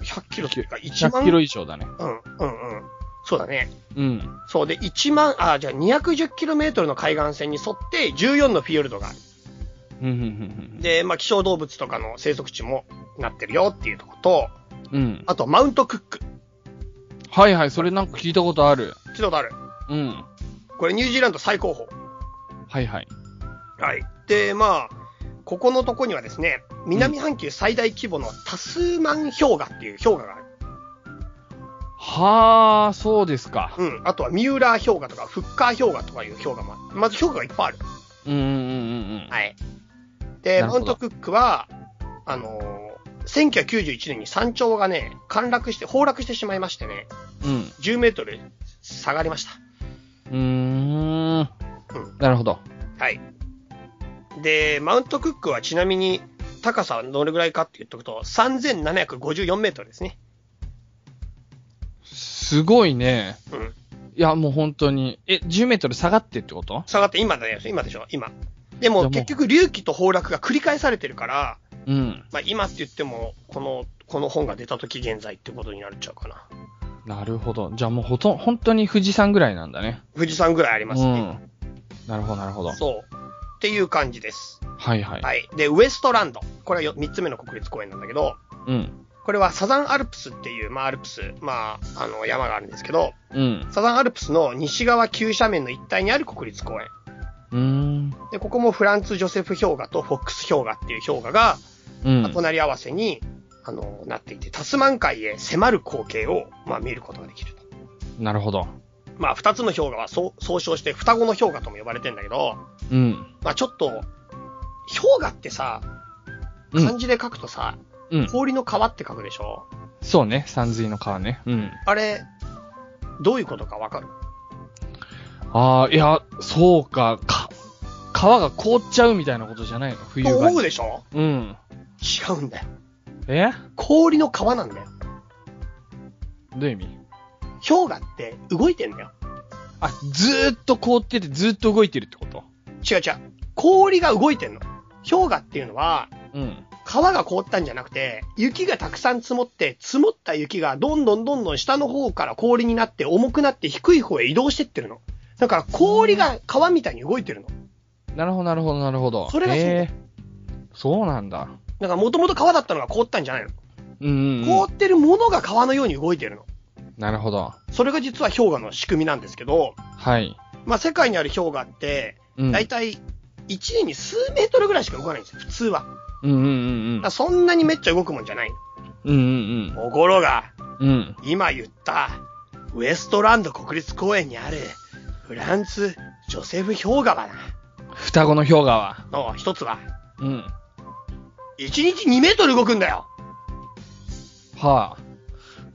Speaker 2: ?100 キロというか、1
Speaker 1: 100
Speaker 2: 万。
Speaker 1: キロ以上だね。
Speaker 2: うん、うん、うん。そうだね。
Speaker 1: うん。
Speaker 2: そうで、1万、あ、じゃあ210キロメートルの海岸線に沿って14のフィヨルドがある。
Speaker 1: うんうん
Speaker 2: で、まあ、希少動物とかの生息地もなってるよっていうとこと、
Speaker 1: うんうん。うん。
Speaker 2: あと、マウントクック。
Speaker 1: はいはい。それなんか聞いたことある。
Speaker 2: 一度ある。
Speaker 1: うん。
Speaker 2: これニュージーランド最高峰。
Speaker 1: はいはい。
Speaker 2: はい。で、まあ、ここのとこにはですね、南半球最大規模のタスマン氷河っていう氷河がある。
Speaker 1: はあ、そうですか。
Speaker 2: うん。あとはミューラー氷河とかフッカー氷河とかいう氷河もある。まず氷河がいっぱいある。
Speaker 1: うんうんうん
Speaker 2: はい。で、
Speaker 1: なる
Speaker 2: マウ
Speaker 1: ほど
Speaker 2: ントクックは、あのー1991年に山頂がね、陥落して、崩落してしまいましてね、
Speaker 1: うん。
Speaker 2: 10メートル下がりまし
Speaker 1: うん。う
Speaker 2: う
Speaker 1: ー
Speaker 2: ん
Speaker 1: ん。なるほど。
Speaker 2: た。はい。で、マウントクックはちなみに、高さはどれぐらいかって言っとくと、3754メートルですね。
Speaker 1: すごいね。
Speaker 2: うん。
Speaker 1: いや、もう本当に。え、10メートル下がってってこと
Speaker 2: 下がって今だね、今でしょ、今。
Speaker 1: い
Speaker 2: で
Speaker 1: やも
Speaker 2: も
Speaker 1: う
Speaker 2: 結局、隆起と崩落が繰り返されてるから、
Speaker 1: うん。
Speaker 2: まあ今って言っても、この、この本が出た時現在ってことになっちゃうかな。
Speaker 1: なるほど。じゃあもうほとん、本当に富士山ぐらいなんだね。
Speaker 2: 富士山ぐらいありますね。
Speaker 1: うん。なるほど、なるほど。
Speaker 2: そう。っていう感じです。
Speaker 1: はいはい。
Speaker 2: はい。で、ウエストランド。これは3つ目の国立公園なんだけど、
Speaker 1: うん。
Speaker 2: これはサザンアルプスっていう、まあアルプス、まあ、あの山があるんですけど、
Speaker 1: うん。
Speaker 2: サザンアルプスの西側急斜面の一帯にある国立公園。
Speaker 1: うーん。
Speaker 2: で、ここもフランツ・ジョセフ氷河とフォックス氷河っていう氷河が、
Speaker 1: うん。
Speaker 2: 隣り合わせに、あの、なっていて、タスマン海へ迫る光景を、まあ見ることができると。
Speaker 1: なるほど。
Speaker 2: まあ、二つの氷河はそう総称して双子の氷河とも呼ばれてんだけど、
Speaker 1: うん。
Speaker 2: まあちょっと、氷河ってさ、
Speaker 1: う
Speaker 2: 漢
Speaker 1: ん。
Speaker 2: 字で書くとさ、
Speaker 1: うん。
Speaker 2: 氷の川って書くでしょ
Speaker 1: そうね。山水の川ね。うん。
Speaker 2: あれ、どういうことかわかる
Speaker 1: ああ、いや、そうか。か、川が凍っちゃうみたいなことじゃないの冬
Speaker 2: と
Speaker 1: が。
Speaker 2: 思うでしょ
Speaker 1: うん。
Speaker 2: 違うんだよ。
Speaker 1: え
Speaker 2: 氷の川なんだよ。
Speaker 1: どういう意味
Speaker 2: 氷河って動いてんだよ。
Speaker 1: あ、ずーっと凍っててずーっと動いてるってこと
Speaker 2: 違う違う。氷が動いてんの。氷河っていうのは、
Speaker 1: うん。
Speaker 2: 川が凍ったんじゃなくて、雪がたくさん積もって、積もった雪がどんどんどんどん下の方から氷になって重くなって低い方へ移動してってるの。だから氷が川みたいに動いてるの。
Speaker 1: なるほど、なるほど、なるほど。
Speaker 2: それがそう
Speaker 1: へーそうなんだ。
Speaker 2: だからもともと川だったのが凍ったんじゃないの。
Speaker 1: うん、う
Speaker 2: 凍
Speaker 1: ん。
Speaker 2: ってるものが川のように動いてるの。
Speaker 1: なるほど。
Speaker 2: それが実は氷河の仕組みなんですけど、
Speaker 1: はい。
Speaker 2: まあ世界にある氷河って、
Speaker 1: うん。
Speaker 2: だいたい1年に数メートルぐらいしか動かないんですよ、普通は。だか
Speaker 1: うんうんうんうん
Speaker 2: ら。そんなにめっちゃ動くもんじゃない。
Speaker 1: うんうん
Speaker 2: ところが、
Speaker 1: うん。うん。
Speaker 2: 今言った、ウエストランド国立公園にある、フランス・ジョセフ氷河な
Speaker 1: 双子の氷河は。
Speaker 2: の一つは、
Speaker 1: うん。
Speaker 2: 1日2メートル動くんだよ
Speaker 1: はあ。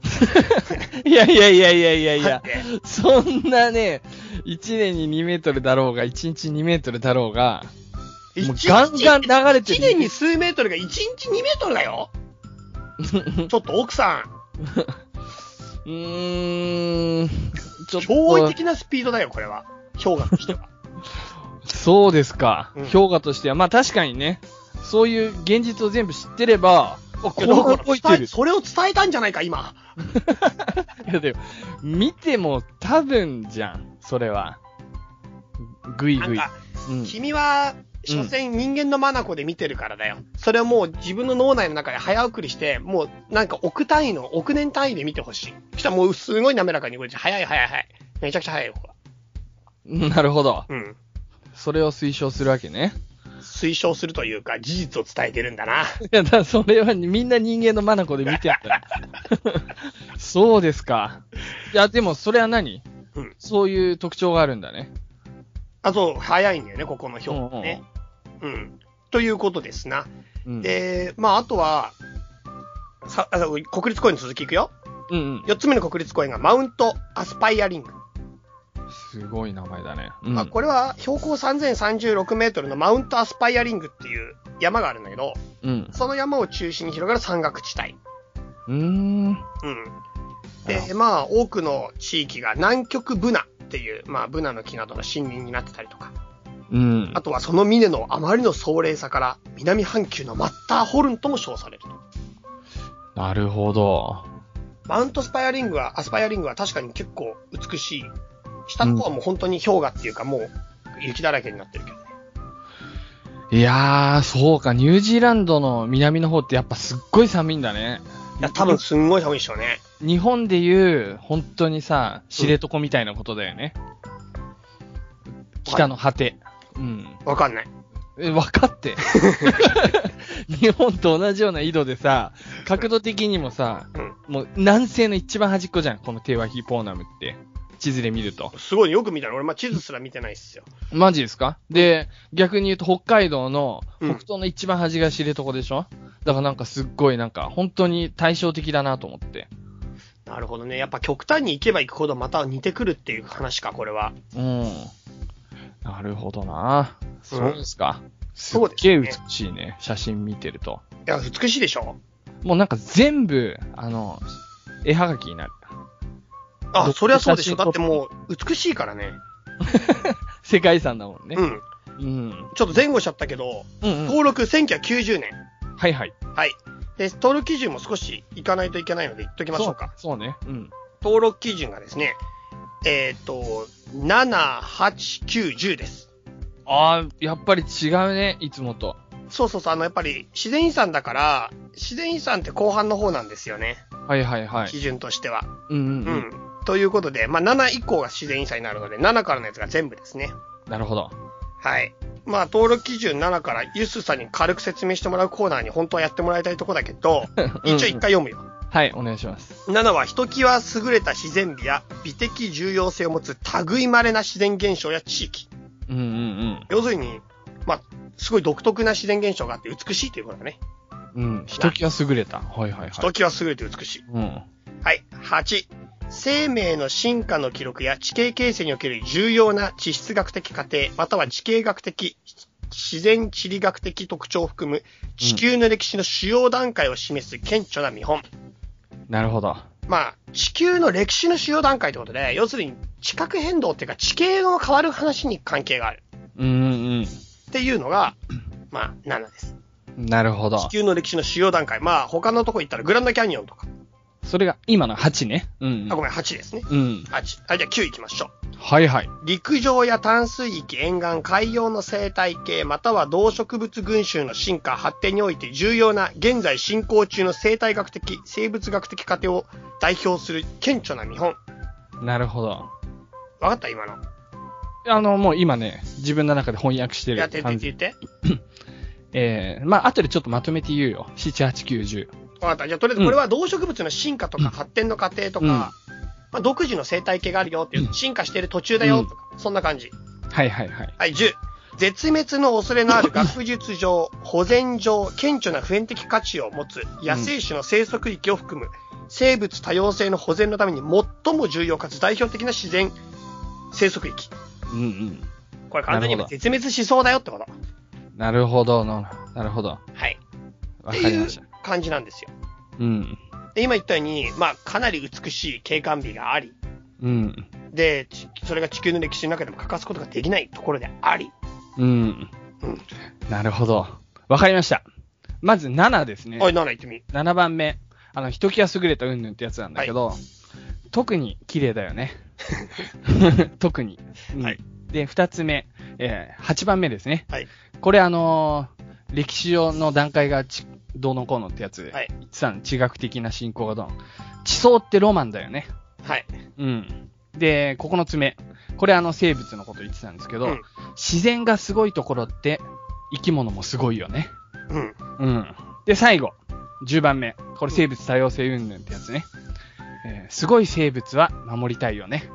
Speaker 1: いやいやいやいやいやい
Speaker 2: だ
Speaker 1: や
Speaker 2: っ。て、
Speaker 1: そんなね、1年に2メートルだろうが、1日2メートルだろうが、もう
Speaker 2: 一日
Speaker 1: ガンガン流れて
Speaker 2: 一年
Speaker 1: る
Speaker 2: に。数メートルが1日2メートル だよちょっと奥さ
Speaker 1: う
Speaker 2: ん、
Speaker 1: ーん。ちょっ
Speaker 2: 驚異
Speaker 1: と、
Speaker 2: 的なスピードだよ、これは。氷河としては。
Speaker 1: そうですか。
Speaker 2: うん
Speaker 1: 氷河としては、まあ確かにね、そういう現実を全部知ってれば、あ、こ
Speaker 2: いや
Speaker 1: ん
Speaker 2: だ
Speaker 1: な
Speaker 2: から
Speaker 1: 動いて
Speaker 2: 伝え
Speaker 1: る。
Speaker 2: それを伝えたんじゃないか、今。
Speaker 1: いやでも、見ても多分じゃん、それは。ぐい
Speaker 2: な
Speaker 1: ぐ
Speaker 2: ん
Speaker 1: い。
Speaker 2: か、
Speaker 1: うん
Speaker 2: 君は、所詮人間のマナコで見てるからだよ。それをもう自分の脳内の中で早送りして、もうなんか億単位の、億年単位で見てほしい。そしたらもうすごい滑らかに動いて、早い早い早い。めちゃくちゃ早いよ、こ
Speaker 1: なるほど。
Speaker 2: れはうん。
Speaker 1: それを推奨するわけね。
Speaker 2: 推奨するというか、事実を伝えてるん だな。
Speaker 1: いや、だからそれはみんな人間のマナコで見てや ったら。そうですか。いや、でもそれは何
Speaker 2: うん
Speaker 1: そういう特徴があるんだね。
Speaker 2: あと、早いんだよね、ここの
Speaker 1: う
Speaker 2: 評価
Speaker 1: ん
Speaker 2: ね。うん。ということですな。
Speaker 1: うん。
Speaker 2: で、まあ、あとは、さあの国立公園の続きいくよ。
Speaker 1: うんうん。
Speaker 2: 4つ目の国立公園がマウントアスパイアリング。
Speaker 1: すごい名前だね。うん
Speaker 2: まあ、これは標高3036メートルのマウントアスパイアリングっていう山があるんだけど、
Speaker 1: うん。
Speaker 2: その山を中心に広がる山岳地帯。
Speaker 1: うーん。
Speaker 2: うん。で、まあ、多くの地域が南極ブナっていう、まあ、ブナの木などの森林になってたりとか、
Speaker 1: うん
Speaker 2: あ。とはその峰のあまりの壮麗さから、南半球のマッターホルンとも称されると。
Speaker 1: なるほど。
Speaker 2: マウントスパイアリングは、アスパイアリングは確かに結構美しい。下の方はもう本当に氷河っていうか、もう雪だらけになってるけど。
Speaker 1: いやー、そうか、ニュージーランドの南の方ってやっぱすっごい寒いんだね。
Speaker 2: いや、多分すんごい寒いでしょうね。
Speaker 1: 日本でいう、本当にさ、知床みたいなことだよね。北の果て。うん。
Speaker 2: わかんない。
Speaker 1: え、分か って。日本と同じような緯度でさ、角度的にもさ、もう南西の一番端っこじゃん、このテーワヒポーナムって。地図で見ると。
Speaker 2: すごいよく見たら、俺まあ地図すら見てないっすよ。
Speaker 1: マジですかで、逆に言うと北海道の
Speaker 2: うん
Speaker 1: 北東の一番端が知床でしょ、だからなんかすっごいなんか本当に対照的だなと思って。
Speaker 2: なるほどね。やっぱ極端に行けば行くほどまた似てくるっていう話か、これは。
Speaker 1: うん。なるほどなそうですか。すっ
Speaker 2: そうです
Speaker 1: げえ
Speaker 2: ね
Speaker 1: 美しいね。写真見てると。
Speaker 2: いや、美しいでしょ
Speaker 1: もうなんか全部、あの、絵はがきになる。
Speaker 2: あ、そりゃそうでしょ。
Speaker 1: 写
Speaker 2: だ
Speaker 1: 真撮っ
Speaker 2: っててもう、美しいからね。
Speaker 1: 世界遺産だもんね
Speaker 2: う。ん。
Speaker 1: うん。
Speaker 2: ちょっと前後しちゃったけど、
Speaker 1: うん、うん。
Speaker 2: 登録1990年。
Speaker 1: はいはい。
Speaker 2: はい。で、登録基準も少し行かないといけないので言っときましょうか。
Speaker 1: そうね。うん。
Speaker 2: 登録基準がですね、えっ、と、7、8、9、10です。
Speaker 1: ああ、やっぱり違うね、いつもと。
Speaker 2: そうそうそう、あの、やっぱり自然遺産だから、自然遺産って後半の方なんですよね。
Speaker 1: はいはいはい
Speaker 2: 基。準としては。
Speaker 1: うんうん、
Speaker 2: う
Speaker 1: うん
Speaker 2: ん。ということで、まあ、7以降が自然遺産になるので、7からのやつが全部ですね。
Speaker 1: なるほど。
Speaker 2: はい。まあ、登録基準7からユスさんに軽く説明してもらうコーナーに本当はやってもらいたいとこだけ ど、一応一回読むよ。
Speaker 1: はい、お願いします。
Speaker 2: 7はひときわ優れた自然美や美的重要性を持つ類まれな自然現象や地域。
Speaker 1: うんうん
Speaker 2: 要するに、まあ、すごい独特な自然現象があって美しいということだね。
Speaker 1: うん。うん。ひときわ優れた。はいはいはい。
Speaker 2: ひときわ優れて美しい。
Speaker 1: うん。
Speaker 2: はい。8。生命の進化の記録や地形形成における重要な地質学的過程、または地形学的、自然地理学的特徴を含む地球の歴史の主要段階を示す顕著な見本。
Speaker 1: なるほど。
Speaker 2: まあ、地球の歴史の主要段階ってことで、要するに地殻変動っていうか地形の変わる話に関係がある
Speaker 1: うんうん
Speaker 2: っていうのが、まあ、7です。
Speaker 1: うん。なるほど
Speaker 2: 地。球の歴史の主要段階。まあ、他のとこ行ったらグランドキャニオンとか。
Speaker 1: それが今の8ね。うん
Speaker 2: あ、ごめん、8ですね。
Speaker 1: うん。うん。
Speaker 2: 8。はい、じゃあ9行きましょう。
Speaker 1: はいはい。
Speaker 2: 陸上や淡水域、沿岸、海洋の生態系、または動植物群衆の進化、発展において重要な現在進行中の生態学的、生物学的過程を代表する顕著な見本。
Speaker 1: なるほど。
Speaker 2: わかった今の。
Speaker 1: あの、もう今ね、自分の中で翻訳して
Speaker 2: や
Speaker 1: る
Speaker 2: ってって
Speaker 1: 感
Speaker 2: 言
Speaker 1: じ。
Speaker 2: って。
Speaker 1: えー、まあ、後でちょっとまとめて言うよ。7、8、9、10。
Speaker 2: わかった。じゃあとりあえずこれは動植物の進化とか発展の過程とか、
Speaker 1: うん
Speaker 2: まあ、独自の生態系があるよっていう、進化してる途中だよとか、そんな感じ。
Speaker 1: はいはいはい。
Speaker 2: はい、10。絶滅の恐れのある学術 上、保全上、顕著な普遍的価値を持つ野生種の生息域を含む、生物多様性の保全のために最も重要かつ代表的な自然生息域。
Speaker 1: うんうん。
Speaker 2: これ完全に
Speaker 1: なる
Speaker 2: 今
Speaker 1: ほど
Speaker 2: 絶滅しそうだよってこと。
Speaker 1: なるほどな、なるほど。
Speaker 2: はい。
Speaker 1: わかりました
Speaker 2: っ。ていう感じなんですよ。
Speaker 1: うん。
Speaker 2: で、今言ったように、まあ、かなり美しい景観美があり、
Speaker 1: うん。
Speaker 2: で、ちそれが地球の歴史の中でも欠かすことができないところであり、
Speaker 1: うん。
Speaker 2: うん。
Speaker 1: なるほど。わかりました。まず7ですね。
Speaker 2: おい、なら行ってみ。
Speaker 1: 7番目。あの、ひときわ優れたうんぬんってやつなんだけど、特に綺麗だよ ね。特に。うん
Speaker 2: はい
Speaker 1: で、2つ目。えー、8番目ですね。
Speaker 2: はい。
Speaker 1: これあのー歴史上の段階がちどうのこうのってやつで、
Speaker 2: はい
Speaker 1: 言ってたの地学的な進行がどうの。地層ってロマンだよね。
Speaker 2: はい。
Speaker 1: うん。で、ここの爪。これあの生物のこと言ってたんですけど、
Speaker 2: うん
Speaker 1: 自然がすごいところって生き物もすごいよね。
Speaker 2: うん。
Speaker 1: うん。で、最後。10番目。これ生物多様性云々ってやつね。えーすごい生物は守りたいよね。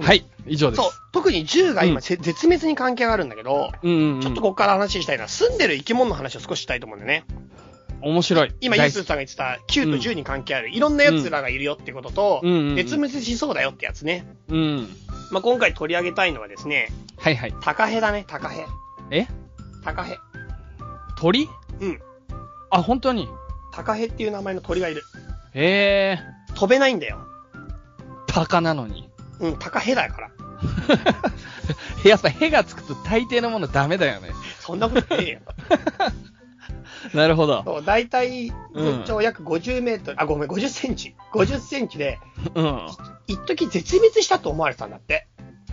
Speaker 1: はい、以上です
Speaker 2: そう。、特に銃が今、ぜ絶滅に関係があるんだけど、
Speaker 1: うんうんうん、
Speaker 2: ちょっとここから話したいのは、住んでる生き物の話を少ししたいと思うんだよね。
Speaker 1: 面白い。
Speaker 2: 今、
Speaker 1: 大
Speaker 2: ゆすさんが言ってた、9と10に関係ある、いろんな奴らがいるよってことと、
Speaker 1: うんうんうんうん
Speaker 2: 絶滅しそうだよってやつね。
Speaker 1: うん。
Speaker 2: まあ、今回取り上げたいのはですね、
Speaker 1: はいはい。
Speaker 2: タカヘだね、タカヘ。
Speaker 1: え
Speaker 2: タカヘ。
Speaker 1: 鳥
Speaker 2: うん。
Speaker 1: あ、本当に
Speaker 2: タカヘっていう名前の鳥がいる。
Speaker 1: へえ、
Speaker 2: 飛べないんだよ。
Speaker 1: 鷹なのに。
Speaker 2: うん、タカヘだから。
Speaker 1: いやさ、へがつくと大抵のものダメだよね。
Speaker 2: そんなことね えよ。
Speaker 1: なるほど。
Speaker 2: そう、大体、
Speaker 1: うん
Speaker 2: 全長約50メートル、あ、ごめん、50センチ。50センチで、
Speaker 1: うん。
Speaker 2: 一時絶滅したと思われてたんだって。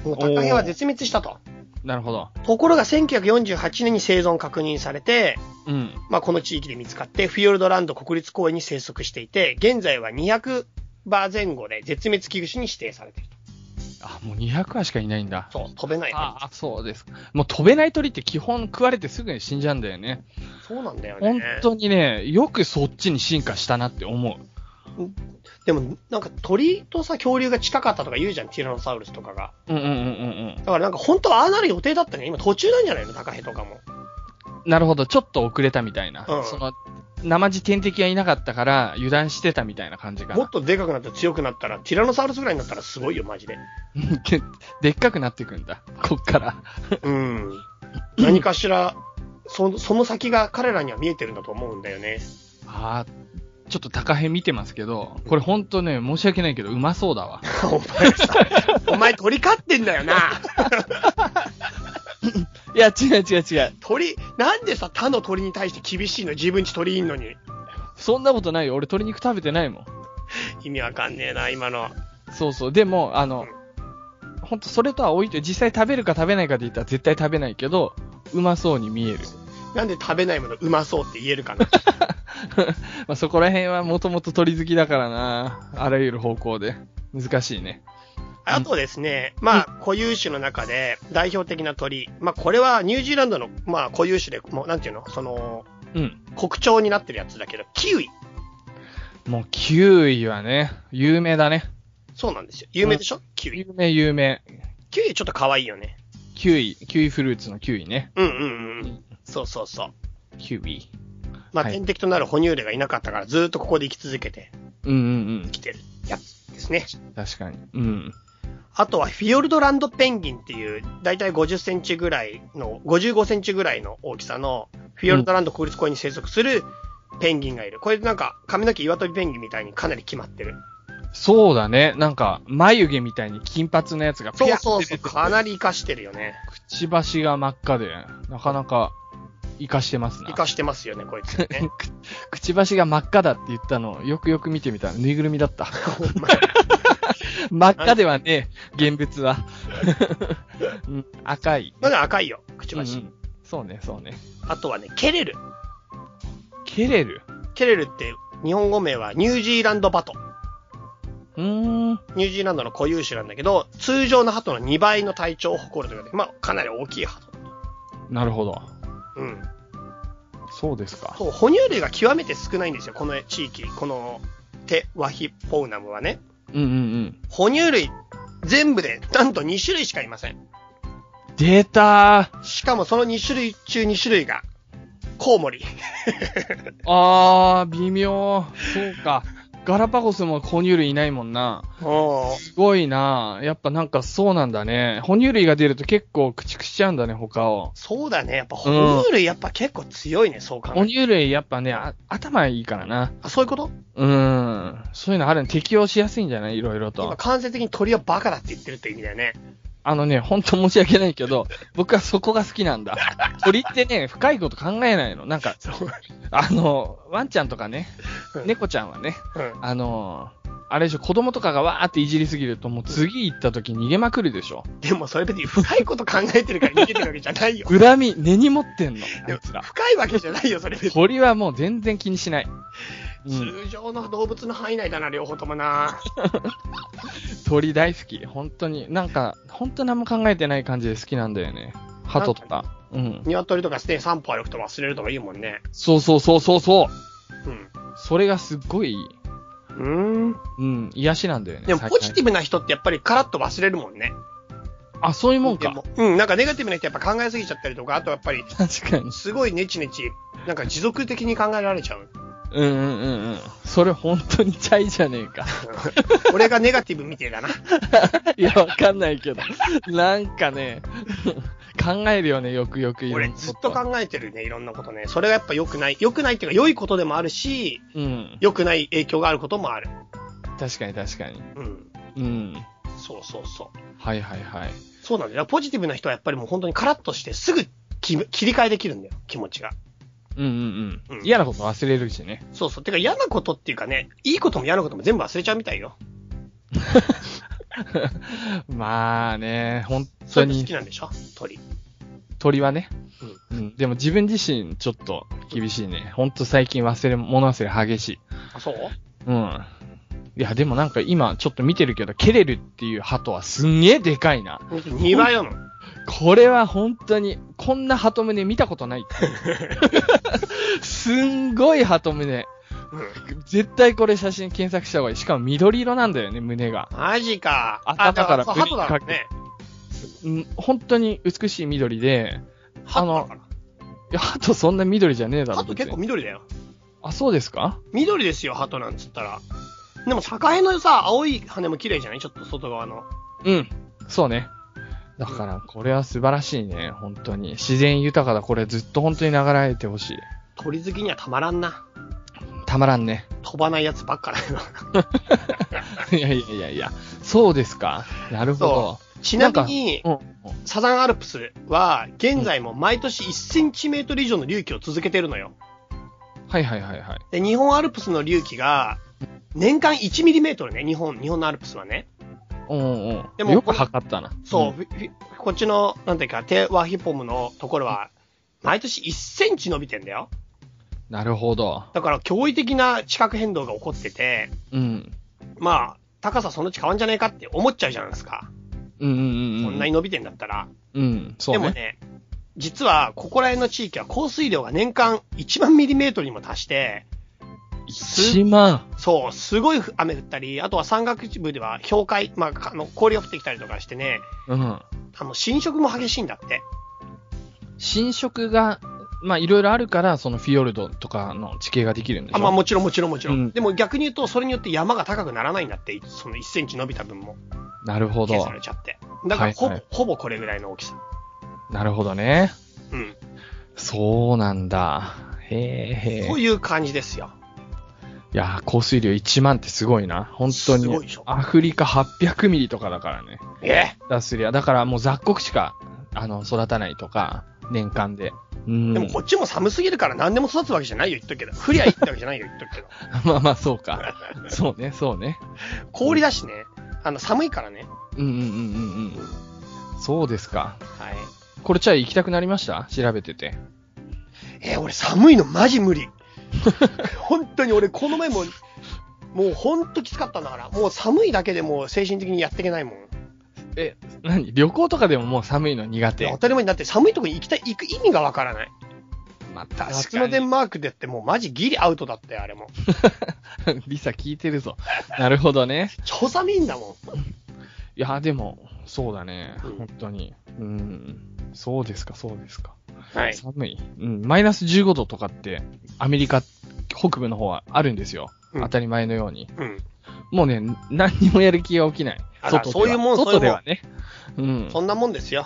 Speaker 2: もうタカヘは絶滅したと。
Speaker 1: なるほど。
Speaker 2: ところが1948年に生存確認されて、
Speaker 1: うん。
Speaker 2: まあ、この地域で見つかって、フィヨルドランド国立公園に生息していて、現在は200羽前後で絶滅危惧種に指定されている
Speaker 1: あ、もう200羽しかいないんだ。
Speaker 2: と。そう、飛べない。
Speaker 1: ああ、そうですか。もう飛べない鳥って基本食われてすぐに死んじゃうんだよね。
Speaker 2: そうなんだよね。
Speaker 1: 本当にね、よくそっちに進化したなって思
Speaker 2: でも、なんか鳥とさ、恐竜が近かったとか言うじゃん、ティラノサウルスとかが。
Speaker 1: う。うんうんうんうん
Speaker 2: だからなんか本当はああなる予定だったね。今途中なんじゃないの高ヘとかも。
Speaker 1: うん。なるほど、ちょっと遅れたみたいな。
Speaker 2: うん
Speaker 1: その、生地天敵がいなかったから油断してたみたいな感じか
Speaker 2: もっ
Speaker 1: な。
Speaker 2: とでかくなって強くなったら、ティラノサウルスぐらいになったらすごいよ、マジで。
Speaker 1: で でっかくなっていくんだ。こっから。
Speaker 2: うん。何かしら、そその先が彼らには見えてるんだと思うんだよね。
Speaker 1: ああ、ちょっと高編見てますけど、これほんとね、申し訳ないけど、うまそうだわ。
Speaker 2: お前さ、 お前鳥飼ってんだよな。
Speaker 1: いや、違う違う違う。
Speaker 2: 鳥、なんでさ、他の鳥に対して厳しいの自分ち鳥いんのに。
Speaker 1: そんなことないよ。俺鶏肉食べてないもん。
Speaker 2: 意味わかんねえな、今の。
Speaker 1: そうそう。でも、あの、ほんとそれとは置いて、実際食べるか食べないかで言ったら絶対食べないけど、うまそうに見える。
Speaker 2: なんで食べないものうま そうって言えるかな。
Speaker 1: まあそこら辺はもともと鳥好きだからな。あらゆる方向で。難しいね。
Speaker 2: あとですね、まあ、固有種の中で代表的な鳥。まあ、これはニュージーランドの、まあ、固有種で、もう、なんていうのその、
Speaker 1: うん。
Speaker 2: 国鳥になってるやつだけど、キウイ。
Speaker 1: もう、キウイはね、有名だね。
Speaker 2: そうなんですよ。有名でしょ、キウイ。
Speaker 1: 有名有名。
Speaker 2: キウイちょっと可愛いよね。
Speaker 1: キウイ、キウイフルーツのキウイね。
Speaker 2: うんうんうん。そうそうそう。
Speaker 1: キウイ。
Speaker 2: まあ、
Speaker 1: はい
Speaker 2: 天敵となる哺乳類がいなかったから、ずーっとここで生き続けて
Speaker 1: うんうん
Speaker 2: きてるやつですね。
Speaker 1: うん。確かに。うん。
Speaker 2: あとはフィヨルドランドペンギンっていう、だいたい50センチぐらいの、55センチぐらいの大きさの、フィヨルドランド国立公園に生息するペンギンがいる。これなんか、髪の毛岩飛びペンギンみたいにかなり決まってる。
Speaker 1: そうだね。なんか、眉毛みたいに金髪のやつが
Speaker 2: そう
Speaker 1: ピャッ
Speaker 2: そうそう、かなり活かしてるよね。
Speaker 1: くちばしが真っ赤で、なかなか、活かしてますな。
Speaker 2: 活かしてますよね、こい つね。
Speaker 1: くくちばしが真っ赤だって言ったのをよくよく見てみたらぬいぐるみだった。
Speaker 2: お前
Speaker 1: 真っ赤ではねえ、現物は。うん赤い。
Speaker 2: まだ赤いよ、くちば
Speaker 1: う
Speaker 2: し
Speaker 1: ん。うんそうね、そうね。
Speaker 2: あとはね、ケレル。
Speaker 1: ケレル
Speaker 2: ケレルって、日本語名はニュージーランドバト。
Speaker 1: うーん。
Speaker 2: ニュージーランドの固有種なんだけど、通常の鳩の2倍の体長を誇るというかね、まあ、かなり大きい鳩。
Speaker 1: なるほど。
Speaker 2: うん。
Speaker 1: そうですか。
Speaker 2: そう、哺乳類が極めて少ないんですよ、この地域、このテワヒポウナムはね。
Speaker 1: うんうんうん。
Speaker 2: 哺乳類全部でなんと2種類しかいません。
Speaker 1: 出たー
Speaker 2: しかもその2種類中2種類がコウモリ。
Speaker 1: あー、微妙。そうか。ガラパゴスも哺乳類いないもんな。
Speaker 2: お
Speaker 1: すごいなやっぱなんかそうなんだね。哺乳類が出ると結構駆逐しちゃうんだね、他を。
Speaker 2: そうだね、やっぱ哺乳類やっぱ結構強いね、そう考え
Speaker 1: 哺
Speaker 2: る
Speaker 1: 乳類やっぱね、あ頭いいからな。
Speaker 2: あ、そういうこと
Speaker 1: うーん。そういうのあるの適応しやすいんじゃないいろいろ
Speaker 2: 今
Speaker 1: と。
Speaker 2: 間接的に鳥はバカだって言ってるって意味だよね。
Speaker 1: あのね、ほんと申し訳ないけ ど、僕はそこが好きなんだ。鳥ってね、深いこと考えないの。なんか、
Speaker 2: そう。
Speaker 1: あの、ワンちゃんとかね
Speaker 2: うん、
Speaker 1: 猫ちゃんはね、
Speaker 2: うん。
Speaker 1: あの、あれでしょ、子供とかがわーっていじりすぎると、もう次行った時逃げまくるでしょ。
Speaker 2: でもそれ別に深いこと考えてるから逃げてるわけじゃないよ。
Speaker 1: 恨み、根に持ってんの、あ
Speaker 2: でも
Speaker 1: いつら。
Speaker 2: 深いわけじゃないよ、それ別に。
Speaker 1: 鳥はもう全然気にしない。うん、
Speaker 2: 通常の動物の範囲内だな、両方ともな。
Speaker 1: 鳥大好き。本当に、なんか、本当何も考えてない感じで好きなんだよね。鳩とか。うん。
Speaker 2: 鶏とかして散歩歩くと忘れるとか言うもんね。
Speaker 1: そうそうそうそうそう。
Speaker 2: うん。
Speaker 1: それがすっごいいい。
Speaker 2: うん。
Speaker 1: うん、癒しなんだよね。
Speaker 2: でも、ポジティ
Speaker 1: ブ。
Speaker 2: ブな人ってやっぱりカラッと忘れるもんね。
Speaker 1: あ、そういうもん
Speaker 2: で
Speaker 1: か
Speaker 2: も。うん、なんかネガティブな人やっぱ考えすぎちゃったりとか、あとやっぱり、
Speaker 1: 確かに。
Speaker 2: すごいネチネチ、なんか持続的に考えられちゃう。
Speaker 1: うんうんうんうん。それ本当にチャイじゃねえ か。
Speaker 2: 俺がネガティブみてえだな。
Speaker 1: いや、わかんないけど。なんかね、考えるよね、よくよくいろ
Speaker 2: 俺
Speaker 1: んなこ
Speaker 2: ずっと考えてるね、いろんなことね。それがやっぱ良くない。良くないっていうか、良いことでもあるし、
Speaker 1: うん。
Speaker 2: 良くない影響があることもある。
Speaker 1: 確かに確かに。
Speaker 2: うん。
Speaker 1: うん。
Speaker 2: そうそうそう。
Speaker 1: はいはいはい。
Speaker 2: そうなんだよ。だからポジティブな人はやっぱりもう本当にカラッとして、すぐき切り替えできるんだよ、気持ちが。
Speaker 1: うんうんう
Speaker 2: うん
Speaker 1: ん。嫌なこと忘れるしね。
Speaker 2: そうそう。てか嫌なことっていうかね、いいことも嫌なことも全部忘れちゃうみたいよ。
Speaker 1: まあね、本
Speaker 2: そ
Speaker 1: 当
Speaker 2: れ好
Speaker 1: に
Speaker 2: きなんでしょ鳥。
Speaker 1: 鳥はね。うん。でも自分自身ちょっと厳しいね。ほんと最近忘れ、物忘れ激しい。
Speaker 2: あ、そう
Speaker 1: うん。いや、でもなんか今ちょっと見てるけど、ケレルっていう鳩はすんげえでかいな。
Speaker 2: ?2 倍なの。
Speaker 1: これは本当に、こんな鳩胸見たこと ない。すんごい鳩胸。
Speaker 2: うん。
Speaker 1: 絶対これ写真検索した方がいい。しかも緑色なんだよね、胸が。
Speaker 2: マジか。
Speaker 1: 頭から
Speaker 2: あだからそう鳩だろう
Speaker 1: ぶり
Speaker 2: ね。
Speaker 1: うん本当に美しい緑で、あ
Speaker 2: 鳩だ
Speaker 1: の
Speaker 2: か、
Speaker 1: いや鳩そんな緑じゃねえだ
Speaker 2: ら。
Speaker 1: ろ。
Speaker 2: 鳩結
Speaker 1: 別
Speaker 2: 構
Speaker 1: に
Speaker 2: 緑だよ。
Speaker 1: あ、そうですか
Speaker 2: 緑ですよ、鳩なんつったら。でも、境のさ、青い羽も綺麗じゃないちょっと外側の。
Speaker 1: うん。そうね。だから、これは素晴らしいね、本当に。自然豊かだ、これずっと本当に流れてほしい。
Speaker 2: 鳥好きにはたまらんな。
Speaker 1: たまらんね。
Speaker 2: 飛ばないやつばっかだよ。
Speaker 1: いやいやいやいや。そうですか。なるほ
Speaker 2: ちなみに、
Speaker 1: ど。うん。
Speaker 2: サザンアルプスは、現在も毎年1センチメートル以上の隆起を続けてるのよ。
Speaker 1: はいはいはいはい。
Speaker 2: で、日本アルプスの隆起が、年間1ミリメートルね、日本、日本のアルプスはね。
Speaker 1: うんうん。
Speaker 2: でも
Speaker 1: よく測ったな。
Speaker 2: そう、フィフィこっちの、なんていうか、テワヒポムのところは、毎年1センチ伸びてんだよ。
Speaker 1: なるほど。
Speaker 2: だから驚異的な地殻変動が起こってて、
Speaker 1: うん。
Speaker 2: まあ、高さそのうち変わんじゃねえかって思っちゃうじゃないですか。
Speaker 1: うんうんうんうん。
Speaker 2: こんなに伸びてんだったら。
Speaker 1: うん、そう
Speaker 2: で
Speaker 1: ね。
Speaker 2: もね、実はここら辺の地域は降水量が年間1万ミリメートルにも達して、
Speaker 1: 1万。
Speaker 2: そう、すごい雨降ったり、あとは山岳部では氷海、まあか、あの氷が降ってきたりとかしてね、
Speaker 1: うん。
Speaker 2: あの、浸食も激しいんだって。
Speaker 1: 侵食が、まあ、いろいろあるから、そのフィヨルドとかの地形ができるんでしょ
Speaker 2: あまあもちろんもちろんもちろん。
Speaker 1: うん
Speaker 2: でも逆に言うと、それによって山が高くならないんだって、その1センチ伸びた分も
Speaker 1: なるほ
Speaker 2: 計
Speaker 1: ど
Speaker 2: 算さ。れちゃって。だからほぼ、
Speaker 1: はいはい
Speaker 2: ほぼこれぐらいの大きさ。
Speaker 1: なるほどね。
Speaker 2: うん。
Speaker 1: そうなんだ。へえへえ。
Speaker 2: そう
Speaker 1: い
Speaker 2: いう感じですよ。
Speaker 1: やー、降水量1万ってすごいな。本当
Speaker 2: す
Speaker 1: に
Speaker 2: ごいでしょ。
Speaker 1: アフリカ800ミリとかだからね。
Speaker 2: え
Speaker 1: ダスリア。だからもう雑穀しか、あの、育たないとか、年間で。うん。
Speaker 2: でもこっちも寒すぎるから何でも育つわけじゃないよ、言っとくけど。降りゃいいってわけじゃないよ、言っとくけど。
Speaker 1: まあまあ、そうか。そうね、そうね。
Speaker 2: 氷だしね、あの、寒いからね。
Speaker 1: うんうんうんうんうん。そうですか。
Speaker 2: はい。
Speaker 1: これ、チャイ行きたくなりました調べてて。
Speaker 2: えー俺寒いのマジ無理。 本当に俺この前も、もう本当きつかったんだから、もう寒いだけでもう精神的にやっていけないもん。
Speaker 1: え、何旅行とかでももう寒いの苦手。
Speaker 2: 当たり前になって寒いとこに行きたい、行く意味がわからない。
Speaker 1: まあ、確
Speaker 2: 夏
Speaker 1: か
Speaker 2: のデ
Speaker 1: に。
Speaker 2: ンマークでってもうマジギリアウトだったよ、あれも。
Speaker 1: リサ聞いてるぞ。なるほどね。
Speaker 2: 超寒いんだもん。
Speaker 1: いや、でも、そうだね。
Speaker 2: うん
Speaker 1: 本当に。うん。そうですか、そうですか。
Speaker 2: はい。
Speaker 1: 寒い。うん。マイナス15度とかって、アメリカ北部の方はあるんですよ。
Speaker 2: うん
Speaker 1: 当たり前のように。
Speaker 2: うん。
Speaker 1: もうね、何にもやる気が起きない。
Speaker 2: あら
Speaker 1: 外では
Speaker 2: そういうもん
Speaker 1: 外ではね。うん。
Speaker 2: そんなもんですよ。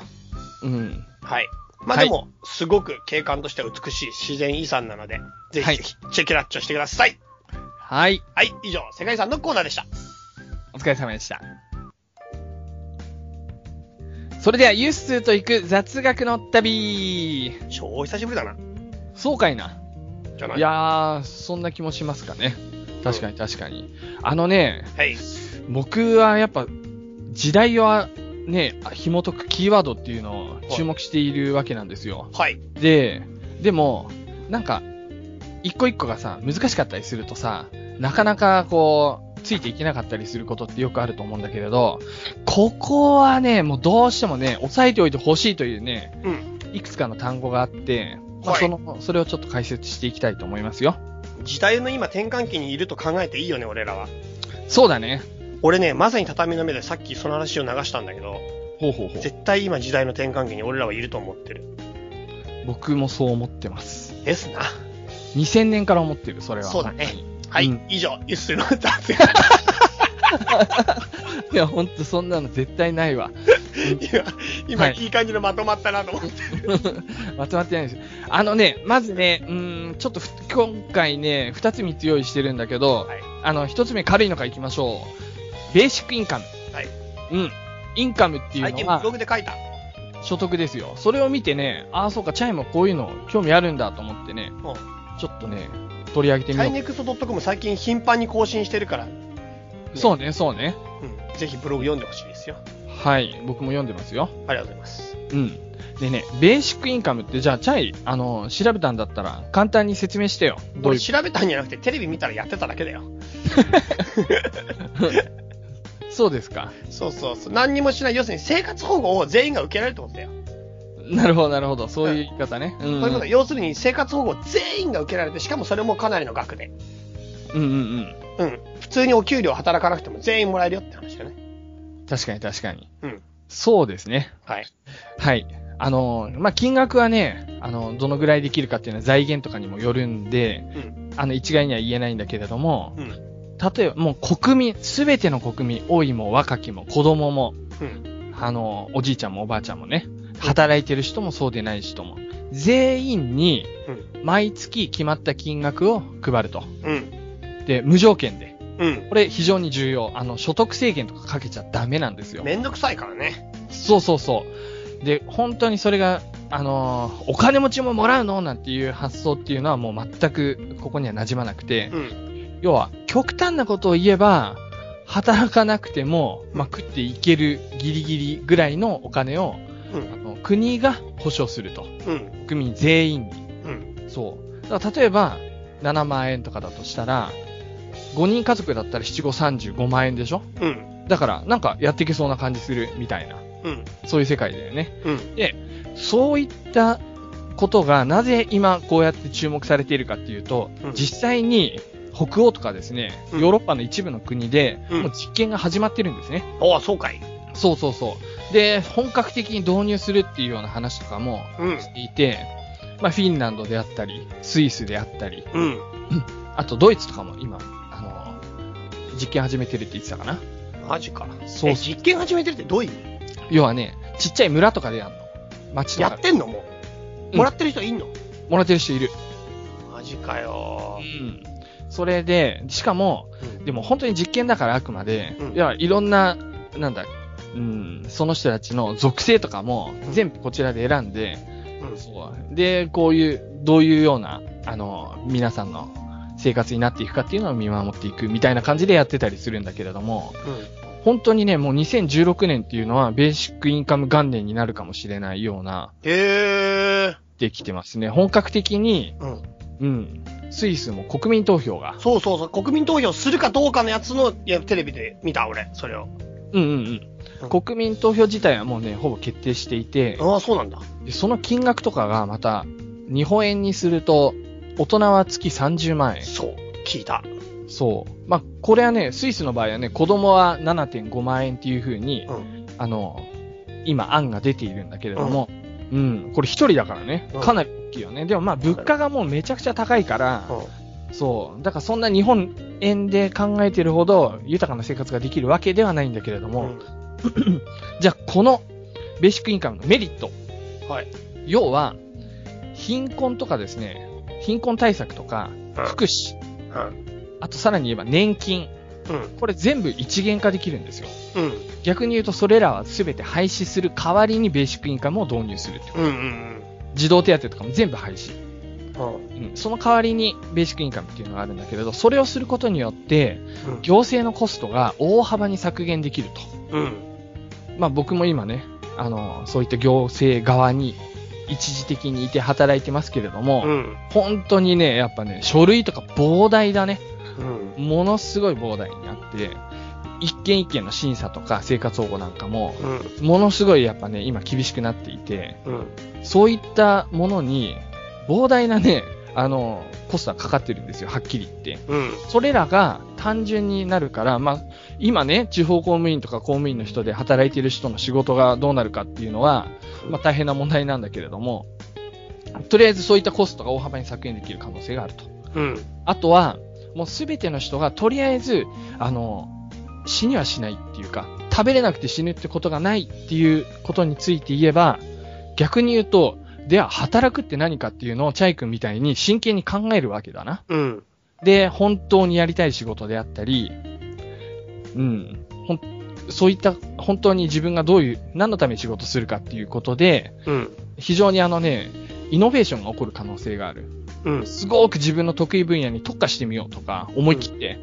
Speaker 1: うん。
Speaker 2: はい。まあ
Speaker 1: はい
Speaker 2: でも、すごく景観としては美しい自然遺産なので、ぜひぜひチェキラッチョしてください。
Speaker 1: はい。
Speaker 2: はい、以上、世界遺産のコーナーでした。
Speaker 1: お疲れ様でした。それでは、ユースーと行く雑学の旅
Speaker 2: 超久しぶりだな。
Speaker 1: そうかいな。
Speaker 2: じゃない
Speaker 1: いやー、そんな気もしますかね。確かに確かに。あのね、
Speaker 2: はい。
Speaker 1: 僕はやっぱ、時代をね、紐解くキーワードっていうのを注目しているわけなんですよ。
Speaker 2: はい。
Speaker 1: で、でも、なんか、一個一個がさ、難しかったりするとさ、なかなかこう、ついていけなかったりすることってよくあると思うんだけれど、ここはね、もうどうしてもね、押さえておいてほしいというね、
Speaker 2: うん。
Speaker 1: いくつかの単語があって、まあ
Speaker 2: はい
Speaker 1: その、それをちょっと解説していきたいと思いますよ。
Speaker 2: 時代の今転換期にいると考えていいよね、俺らは。
Speaker 1: そうだね。
Speaker 2: 俺ね、まさに畳の目でさっきその話を流したんだけど、
Speaker 1: ほうほうほう。
Speaker 2: 絶対今時代の転換期に俺らはいると思ってる。
Speaker 1: 僕もそう思ってます。
Speaker 2: ですな。
Speaker 1: 2000年から思ってる、それは。
Speaker 2: そうだね
Speaker 1: 本当に。
Speaker 2: はい、
Speaker 1: うん
Speaker 2: 以上、ゆっすーの雑
Speaker 1: いや、ほんとそんなの絶対ないわ。
Speaker 2: 今、今、
Speaker 1: はい
Speaker 2: い、い感じのまとまったなと思って。
Speaker 1: まとまってないです。あのね、まずね、うーん、ちょっとふ今回ね、2つ3つ用意してるんだけど、
Speaker 2: はい
Speaker 1: あの、1つ目軽いのからいきましょう。ベーシックインカム。
Speaker 2: はい
Speaker 1: うん。インカムっていう
Speaker 2: 最
Speaker 1: の
Speaker 2: 近
Speaker 1: は
Speaker 2: ブロ、グで書いた。
Speaker 1: 所得ですよ。それを見てね、ああ、そうか、チャイもこういうの興味あるんだと思ってね、
Speaker 2: もう
Speaker 1: ちょっとね、取り上げて
Speaker 2: チ
Speaker 1: みよ
Speaker 2: ャイ
Speaker 1: う。
Speaker 2: ネクスト .com 最近頻繁に更新してるから、
Speaker 1: そうね、そうね。
Speaker 2: うん、ぜひブログ読んでほしいですよ。
Speaker 1: はい、僕も読んでますよ。
Speaker 2: ありがとうございます。
Speaker 1: うん。でね、ベーシックインカムって、じゃあ、チャイ、あの、調べたんだったら、簡単に説明してよ。どうい
Speaker 2: 俺
Speaker 1: う、
Speaker 2: 調べたんじゃなくて、テレビ見たらやってただけだよ。
Speaker 1: そうですか。
Speaker 2: そうそうそう。何にもしない。要するに生活保護を全員が受けられるってことだよ。
Speaker 1: なるほど、なるほど。そういう言い方ね。うん。
Speaker 2: そういうこと。要するに生活保護を全員が受けられて、しかもそれもかなりの額で。
Speaker 1: うんうん
Speaker 2: うん。普通にお給料働かなくても全員もらえるよって話だね。
Speaker 1: うん。確かに確かに。
Speaker 2: うん。
Speaker 1: そうですね。
Speaker 2: はい。
Speaker 1: はい。あの、まあ、金額はね、あの、どのぐらいできるかっていうのは財源とかにもよるんで、
Speaker 2: うん。
Speaker 1: あの、一概には言えないんだけれども、
Speaker 2: うん。
Speaker 1: 例えばもう国民、すべての国民、老いも若きも子供も、
Speaker 2: うん。
Speaker 1: あの、おじいちゃんもおばあちゃんもね、働いてる人もそうでない人も、全員に
Speaker 2: うん。
Speaker 1: 毎月決まった金額を配ると。
Speaker 2: うん。
Speaker 1: で、無条件で。
Speaker 2: うん。
Speaker 1: これ非常に重要。あの、所得制限とかかけちゃダメなんですよ。
Speaker 2: めんどくさいからね。
Speaker 1: そうそうそう。で、本当にそれが、あのーお金持ちももらうのなんていう発想っていうのはもう全くここには馴染まなくて、
Speaker 2: うん。
Speaker 1: 要は極端なことを言えば、働かなくても、まあ、食っていけるギリギリぐらいのお金を、
Speaker 2: う
Speaker 1: あ
Speaker 2: ん。
Speaker 1: の国が保障すると。
Speaker 2: うん。
Speaker 1: 国民全員に。
Speaker 2: うん。
Speaker 1: そう。だから例えば、7万円とかだとしたら、5人家族だったら7、5、35万円でしょ
Speaker 2: うん。
Speaker 1: だから、なんかやっていけそうな感じするみたいな。
Speaker 2: うん。
Speaker 1: そういう世界だよね。
Speaker 2: うん。
Speaker 1: そういったことがなぜ今こうやって注目されているかっていうと、
Speaker 2: うん
Speaker 1: 実際に北欧とかですね、
Speaker 2: うん
Speaker 1: ヨーロッパの一部の国で、
Speaker 2: うん
Speaker 1: もう実験が始まってるんですね。
Speaker 2: おあ、そうかい。
Speaker 1: そうそうそう。で、本格的に導入するっていうような話とかも
Speaker 2: うん。
Speaker 1: していて、まあフィンランドであったり、スイスであったり、
Speaker 2: うん。
Speaker 1: あとドイツとかも今、あの、実験始めてるって言ってたかな。
Speaker 2: マジか。
Speaker 1: そう
Speaker 2: え実験始めてるってどういう意味
Speaker 1: 要はね、ちっちゃい村とかでやんの。町と
Speaker 2: や
Speaker 1: か
Speaker 2: ってんのも
Speaker 1: う
Speaker 2: うんもらってる人いんの、
Speaker 1: もらってる人いる。
Speaker 2: マジかよ
Speaker 1: うん。それで、しかも、
Speaker 2: うん
Speaker 1: でも本当に実験だからあくまで、
Speaker 2: うん
Speaker 1: いや、いろんな、なんだ、うん、その人たちの属性とかも
Speaker 2: うん
Speaker 1: 全部こちらで選んで、
Speaker 2: うん
Speaker 1: そうで、こういう、どういうような、あの、皆さんの生活になっていくかっていうのを見守っていくみたいな感じでやってたりするんだけれども、本当にね、もう2016年っていうのはベーシックインカム元年になるかもしれないような、
Speaker 2: へえ
Speaker 1: できてますね。本格的に、
Speaker 2: ーうん、
Speaker 1: うん、スイスも国民投票が、
Speaker 2: そうそうそう、国民投票するかどうかのやつの、いや、テレビで見た、俺、それを。
Speaker 1: うんうんうん。国民投票自体はもうね、ほぼ決定していて、
Speaker 2: ああ、そうなんだ。
Speaker 1: でその金額とかがまた、日本円にすると、大人は月30万円。
Speaker 2: そう、聞いた。
Speaker 1: そう。まあ、これはね、スイスの場合はね、子供は7.5万円っていう風に、
Speaker 2: うん。
Speaker 1: あの、今案が出ているんだけれども、うん、これ一人だからね
Speaker 2: うん、
Speaker 1: かなり大きいよね。でもまあ、物価がもうめちゃくちゃ高いから、そう。だからそんな日本円で考えてるほど豊かな生活ができるわけではないんだけれど
Speaker 2: うん。
Speaker 1: も、じゃあこのベーシックインカムのメリット。
Speaker 2: はい。
Speaker 1: 要は、貧困とかですね、貧困対策とか、福祉、
Speaker 2: うん。
Speaker 1: あとさらに言えば年金、
Speaker 2: うん。
Speaker 1: これ全部一元化できるんですよ。
Speaker 2: うん。
Speaker 1: 逆に言うとそれらは全て廃止する代わりにベーシックインカムを導入するってこと
Speaker 2: うん。うん。
Speaker 1: 児童手当とかも全部廃止。
Speaker 2: うん。
Speaker 1: うん、その代わりにベーシックインカムっていうのがあるんだけれど、それをすることによって、行政のコストが大幅に削減できると。
Speaker 2: うん。
Speaker 1: まあ僕も今ね、あの、そういった行政側に一時的にいて働いてますけれども、
Speaker 2: うん。
Speaker 1: 本当にね、やっぱね、書類とか膨大だね。
Speaker 2: うん。
Speaker 1: ものすごい膨大になって、一件一件の審査とか生活保護なんかも、
Speaker 2: うん。
Speaker 1: ものすごいやっぱね、今厳しくなっていて、
Speaker 2: うん。
Speaker 1: そういったものに、膨大なね、あの、コストはかかってるんですよ、はっきり言って。
Speaker 2: うん。
Speaker 1: それらが単純になるから、まあ、今ね、地方公務員とか公務員の人で働いている人の仕事がどうなるかっていうのは、まあ大変な問題なんだけれども、とりあえずそういったコストが大幅に削減できる可能性があると。
Speaker 2: うん。
Speaker 1: あとは、もうすべての人がとりあえず、あの、死にはしないっていうか、食べれなくて死ぬってことがないっていうことについて言えば、逆に言うと、では働くって何かっていうのをチャイ君みたいに真剣に考えるわけだな。
Speaker 2: うん。
Speaker 1: で、本当にやりたい仕事であったり、うん、ほん、そういった、本当に自分がどういう、何のために仕事するかっていうことで、
Speaker 2: うん。
Speaker 1: 非常にあのね、イノベーションが起こる可能性がある。
Speaker 2: うん。
Speaker 1: すごく自分の得意分野に特化してみようとか、思い切って。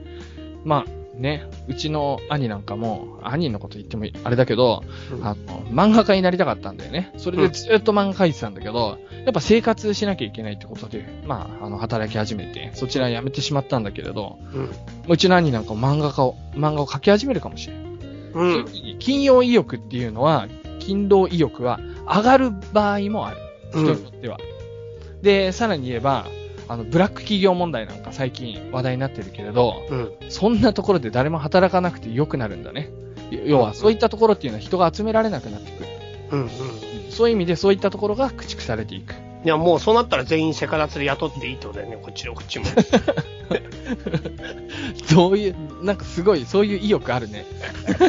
Speaker 1: まあね、うちの兄なんかも、兄のこと言ってもあれだけど、
Speaker 2: うん
Speaker 1: あの、漫画家になりたかったんだよね。それでずっと漫画描いてたんだけど、やっぱ生活しなきゃいけないってことで、まあ、あの、働き始めて、そちら辞めてしまったんだけれど、うちの兄なんかも漫画家を、漫画を描き始めるかもしれない。
Speaker 2: うん。
Speaker 1: 金曜意欲っていうのは、勤労意欲は上がる場合もある。
Speaker 2: う
Speaker 1: 人に
Speaker 2: ん。
Speaker 1: とっては。で、さらに言えば、あの、ブラック企業問題なんか最近話題になってるけれど、
Speaker 2: うん。
Speaker 1: そんなところで誰も働かなくて良くなるんだね。要は、そういったところっていうのは人が集められなくなってくる。
Speaker 2: うん。
Speaker 1: そういう意味でそういったところが駆逐されていく。
Speaker 2: いや、もうそうなったら全員セカダツで雇っていいってことだよね、こっちのこっちも。
Speaker 1: そういう、なんかすごい、そういう意欲あるね。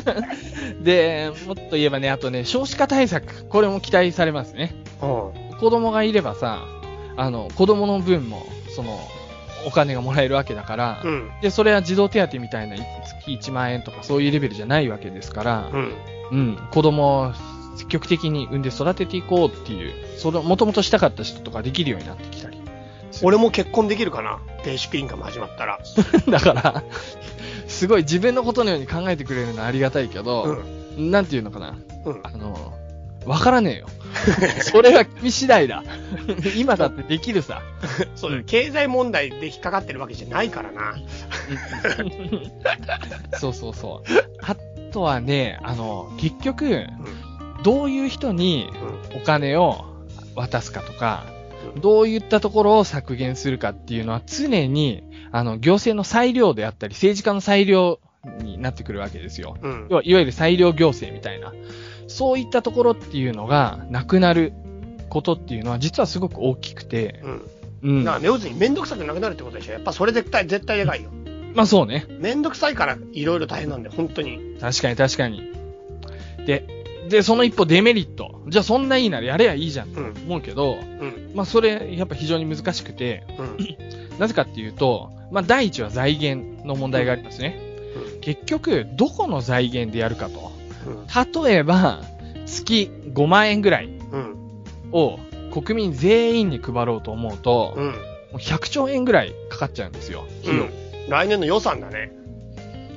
Speaker 1: で、もっと言えばね、あとね、少子化対策、これも期待されますね。
Speaker 2: う
Speaker 1: 子供がいればさ、あの、子供の分も、その、お金がもらえるわけだから、
Speaker 2: ん。うん。
Speaker 1: で、それは児童手当みたいな月1万円とかそういうレベルじゃないわけですから
Speaker 2: う、ん。
Speaker 1: うん、子供を積極的に産んで育てていこうっていう、それをもともとしたかった人とかできるようになってきたり。
Speaker 2: 俺も結婚できるかな電子ピンが始まったら。
Speaker 1: だから、すごい自分のことのように考えてくれるのはありがたいけ
Speaker 2: う
Speaker 1: ど、
Speaker 2: ん。
Speaker 1: なんていうのかな、
Speaker 2: うん。
Speaker 1: あの、わからねえよ。 それは君次第だ。 今だってできるさ。
Speaker 2: そうだよ。経済問題で引っかかってるわけじゃないからな。
Speaker 1: そうそうそう。あとはね、あの、結局、どういう人にお金を渡すかとか、どういったところを削減するかっていうのは常に、あの、行政の裁量であったり、政治家の裁量になってくるわけですよ。
Speaker 2: うん。うん
Speaker 1: 要。はいわゆる裁量行政みたいな。そういったところっていうのがなくなることっていうのは実はすごく大きくて、
Speaker 2: うん。
Speaker 1: うん。
Speaker 2: だか
Speaker 1: ま
Speaker 2: ら、要するにめんどくさくなくなるってことでしょ。やっぱそれ絶対、絶対でかいよ。
Speaker 1: あそうね。
Speaker 2: めんどくさいからいろいろ大変なんだよ、本当に。
Speaker 1: 確かに確かに。で、で、その一歩デメリット。じゃあそんないいならやれやいいじゃんと
Speaker 2: うん。
Speaker 1: 思うけど、
Speaker 2: うん。
Speaker 1: まあそれやっぱ非常に難しくて、
Speaker 2: うん。
Speaker 1: なぜかっていうと、まあ第一は財源の問題がありますね。結局、どこの財源でやるかと。例えば、月5万円ぐらい
Speaker 2: うん。
Speaker 1: を国民全員に配ろうと思うと、
Speaker 2: う
Speaker 1: も
Speaker 2: ん。
Speaker 1: う100兆円ぐらいかかっちゃうんですよ。
Speaker 2: う
Speaker 1: 費用
Speaker 2: ん。来年の予算だね。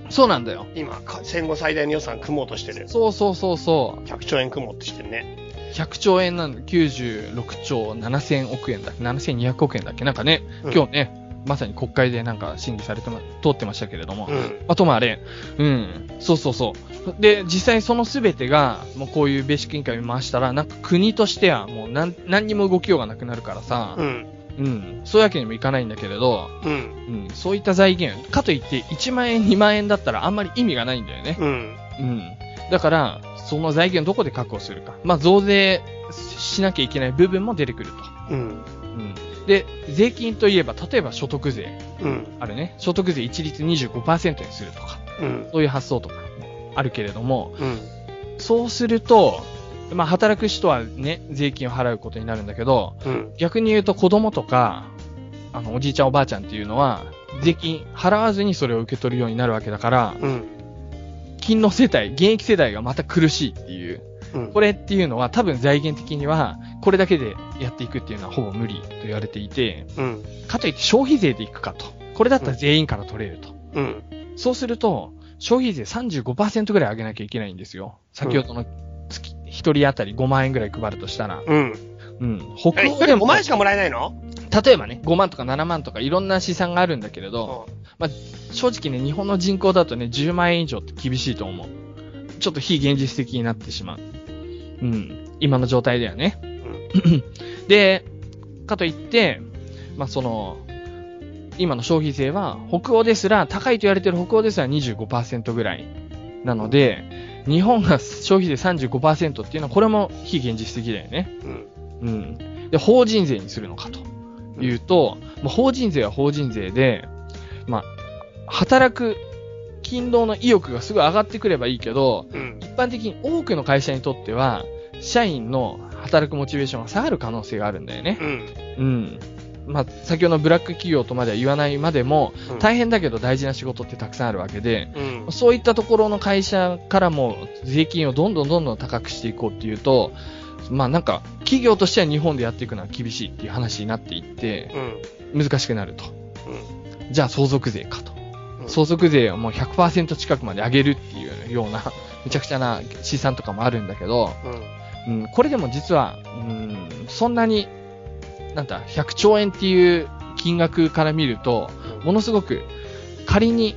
Speaker 1: そうなんだよ。
Speaker 2: 今、か戦後最大の予算組もうとしてる。
Speaker 1: そうそうそうそう。
Speaker 2: 100兆円組もうとしてるね。
Speaker 1: 100兆円なんだ、96兆7000億円だっけ、7200億円だっけ、なんかね、
Speaker 2: うん
Speaker 1: 今日ね、まさに国会でなんか審議されてま、通ってましたけれども、
Speaker 2: うん。
Speaker 1: あとまああれ、うん、そうそうそう。で、実際そのすべてが、もうこういうベーシック委員会を回したら、なんか国としてはもうなん何にも動きようがなくなるからさ、
Speaker 2: うん。
Speaker 1: うん、そういうわけにもいかないんだけれど、
Speaker 2: うん。
Speaker 1: うん、そういった財源、かといって1万円、2万円だったらあんまり意味がないんだよね。
Speaker 2: うん。
Speaker 1: うん。だから、その財源をどこで確保するか。まあ、増税しなきゃいけない部分も出てくると。
Speaker 2: うん。
Speaker 1: うん。で、税金といえば、例えば所得税。
Speaker 2: うん。
Speaker 1: あるね。所得税一律25%にするとか。
Speaker 2: うん。
Speaker 1: そういう発想とかあるけれども、
Speaker 2: うん。
Speaker 1: そうすると、まあ、働く人はね、税金を払うことになるんだけど、
Speaker 2: うん。
Speaker 1: 逆に言うと子供とか、あの、おじいちゃんおばあちゃんっていうのは、税金払わずにそれを受け取るようになるわけだから、
Speaker 2: うん。
Speaker 1: 金の世帯、現役世代がまた苦しいっていう。
Speaker 2: うん。
Speaker 1: これっていうのは多分財源的には、これだけでやっていくっていうのはほぼ無理と言われていて、
Speaker 2: うん。
Speaker 1: かといって消費税でいくかと。これだったら全員から取れると。
Speaker 2: うん。
Speaker 1: そうすると、消費税35%ぐらい上げなきゃいけないんですよ。先ほどの月、一人当たり5万円ぐらい配るとしたら。
Speaker 2: うん。
Speaker 1: うん。
Speaker 2: え、
Speaker 1: 北
Speaker 2: 一
Speaker 1: 欧
Speaker 2: 人
Speaker 1: でも、
Speaker 2: 5万円しかもらえないの
Speaker 1: 例えばね、5万とか7万とかいろんな試算があるんだけれど、正直ね、日本の人口だとね、10万円以上って厳しいと思う。ちょっと非現実的になってしまう。うん。今の状態だよね。
Speaker 2: うん。
Speaker 1: で、かといって、まあ、その、今の消費税は、北欧ですら、高いと言われている北欧ですら25%ぐらい。なので、日本が消費税35%っていうのは、これも非現実的だよね。
Speaker 2: うん。
Speaker 1: うん。で、法人税にするのかというと、まあ法人税は法人税で、まあ、働く勤労の意欲がすごい上がってくればいいけど、
Speaker 2: うん。
Speaker 1: 一般的に多くの会社にとっては、社員の働くモチベーションが下がる可能性があるんだよね
Speaker 2: う。ん。
Speaker 1: うん。まあ、先ほどのブラック企業とまでは言わないまでも、大変だけど大事な仕事ってたくさんあるわけで、
Speaker 2: うん。
Speaker 1: そういったところの会社からも税金をどんどんどんどん高くしていこうっていうと、まあなんか企業としては日本でやっていくのは厳しいっていう話になっていって、
Speaker 2: うん。
Speaker 1: 難しくなると。
Speaker 2: うん。
Speaker 1: じゃあ相続税かと。
Speaker 2: うん
Speaker 1: 相続税をもう100%近くまで上げるっていうような、 めちゃくちゃな試算とかもあるんだけど、
Speaker 2: うん。
Speaker 1: うん、これでも実は、うん、そんなに、なんだ、100兆円っていう金額から見ると、ものすごく、仮に、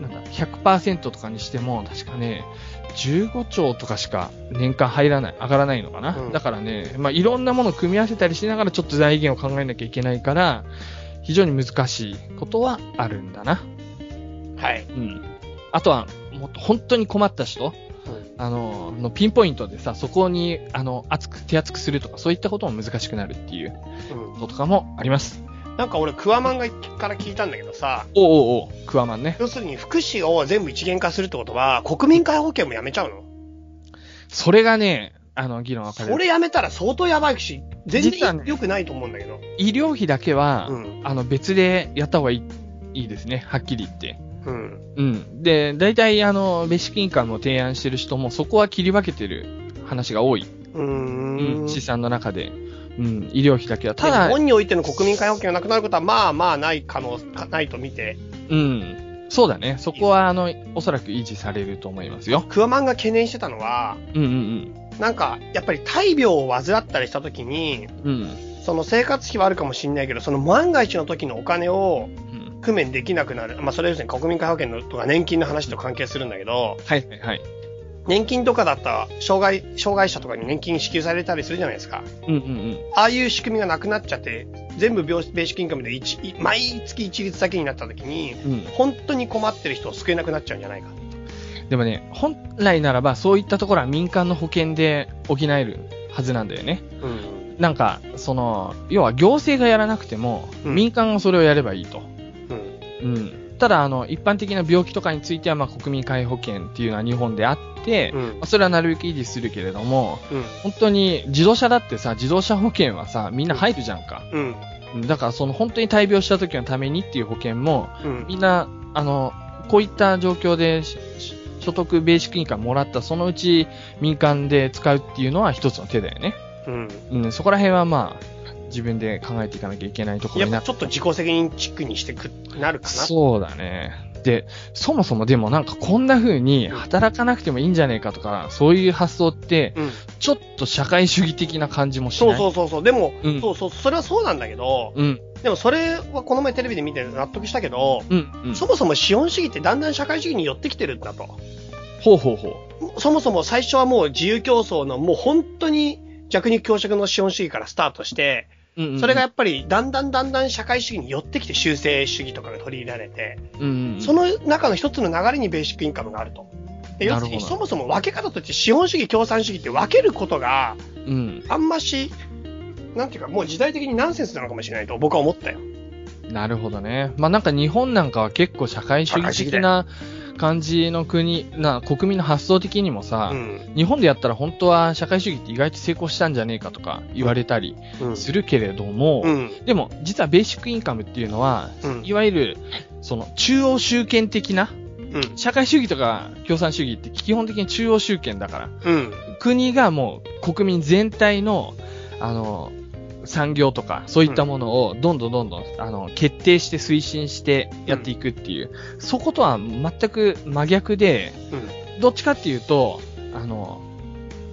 Speaker 1: なんだ、100%とかにしても、確かね、15兆とかしか年間入らない、上がらないのかな。
Speaker 2: うん
Speaker 1: だからね、まあ、いろんなものを組み合わせたりしながら、ちょっと財源を考えなきゃいけないから、非常に難しいことはあるんだな。
Speaker 2: はい。
Speaker 1: うん。あとは、もっと本当に困った人、あの、のピンポイントでさ、そこに、あの、厚く、手厚くするとか、そういったことも難しくなるっていう
Speaker 2: うん
Speaker 1: こととかもあります。
Speaker 2: なんか俺、クワマンがから聞いたんだけどさ、
Speaker 1: おうおうおう、クワマンね。
Speaker 2: 要するに福祉を全部一元化するってことは、国民皆保険もやめちゃうの
Speaker 1: それがね、あの、議論分かれ
Speaker 2: そ
Speaker 1: る。
Speaker 2: れやめたら相当やばいし、全
Speaker 1: 実はね
Speaker 2: 然良くないと思うんだけど。
Speaker 1: 医療費だけは、
Speaker 2: うん
Speaker 1: あの、別でやった方がいい、いいですね。はっきり言って。
Speaker 2: うん。
Speaker 1: うん。で、大体、あの、ベーシックインカムを提案してる人も、そこは切り分けてる話が多い。
Speaker 2: う
Speaker 1: う
Speaker 2: ーん。
Speaker 1: ん。試算の中で。うん。医療費だけは。ただ
Speaker 2: 日、本においての国民皆保険がなくなることは、まあまあない可能、かないと見て、
Speaker 1: うん。そうだね。そこは、あの、おそらく維持されると思いますよ。
Speaker 2: クワマンが懸念してたのは、
Speaker 1: うんうん
Speaker 2: なんか、やっぱり大病を患ったりした時に、
Speaker 1: うん。うん。
Speaker 2: その生活費はあるかもしれないけど、その万が一の時のお金を
Speaker 1: うん
Speaker 2: 工面できなくなる。まあ、それは要するに国民皆保険のとか年金の話と関係するんだけど、
Speaker 1: はいはいはい。
Speaker 2: 年金とかだったら、障害、障害者とかに年金支給されたりするじゃないですか。
Speaker 1: うんうん
Speaker 2: ああいう仕組みがなくなっちゃって、全部病ベーシックインカムで一い毎月一律だけになった時に、
Speaker 1: うん。うん。
Speaker 2: 本当に困ってる人を救えなくなっちゃうんじゃないか。
Speaker 1: でもね、本来ならばそういったところは民間の保険で補えるはずなんだよね。
Speaker 2: うん。
Speaker 1: なんか、その、要は行政がやらなくても、
Speaker 2: うん
Speaker 1: 民間がそれをやればいいと。
Speaker 2: うん。
Speaker 1: うん。ただ、あの、一般的な病気とかについては、まあ、国民皆保険っていうのは日本であって、
Speaker 2: う
Speaker 1: ま
Speaker 2: ん
Speaker 1: あ、。それはなるべく維持するけれども、
Speaker 2: うん。
Speaker 1: 本当に自動車だってさ、自動車保険はさ、みんな入るじゃんか。
Speaker 2: うん。
Speaker 1: うんだから、その本当に大病した時のためにっていう保険も、
Speaker 2: うん。
Speaker 1: みんな、あの、こういった状況でしし所得ベーシックインカムもらった、そのうち民間で使うっていうのは一つの手だよね。
Speaker 2: うん。
Speaker 1: うん、そこら辺はまあ、自分で考えていかなきゃいけないところ
Speaker 2: やっ
Speaker 1: に
Speaker 2: ぱ
Speaker 1: な
Speaker 2: ちょっと自己責任チックにしてく、なるかな。
Speaker 1: そうだね。で、そもそもでもなんかこんな風に
Speaker 2: うん
Speaker 1: 働かなくてもいいんじゃねえかとか、そういう発想って、
Speaker 2: うん。
Speaker 1: ちょっと社会主義的な感じもし
Speaker 2: そ
Speaker 1: な
Speaker 2: う
Speaker 1: い。
Speaker 2: そううそうそう。でも、
Speaker 1: うん
Speaker 2: そうそう、それはそうなんだけど、
Speaker 1: うん、
Speaker 2: でもそれはこの前テレビで見て納得したけど、
Speaker 1: うん、うん。
Speaker 2: そもそも資本主義ってだんだん社会主義に寄ってきてるんだと。
Speaker 1: ほうほうほう。
Speaker 2: そもそも最初はもう自由競争のもう本当に弱肉強食の資本主義からスタートして、
Speaker 1: うんうんうん
Speaker 2: それがや、っぱりだんだんだんだん社会主義に寄ってきて修正主義とかが取り入れられて、
Speaker 1: うんうんうん、
Speaker 2: その中の一つの流れにベーシックインカムがあると。で要
Speaker 1: な
Speaker 2: する
Speaker 1: るほ
Speaker 2: に
Speaker 1: ど
Speaker 2: そもそも分け方として資本主義共産主義って分けることが
Speaker 1: うん。
Speaker 2: あんまし、なんていうかもう時代的にナンセンスなのかもしれないと僕は思ったよ。
Speaker 1: なるほどね。まあなんか日本なんかは結構社会主義的な感じの国、な国民の発想的にもさ、
Speaker 2: うん。
Speaker 1: 日本でやったら本当は社会主義って意外と成功したんじゃねえかとか言われたり
Speaker 2: うん。
Speaker 1: するけれども、
Speaker 2: うん。
Speaker 1: でも実はベーシックインカムっていうのは、
Speaker 2: うん
Speaker 1: いわゆるその中央集権的な、
Speaker 2: うん。
Speaker 1: 社会主義とか共産主義って基本的に中央集権だから、
Speaker 2: うん。
Speaker 1: 国がもう国民全体の、あの、産業とか、そういったものをどんどんどんどん、あの、決定して推進してやっていくっていう、そことは全く真逆で、
Speaker 2: うん。
Speaker 1: どっちかっていうと、あの、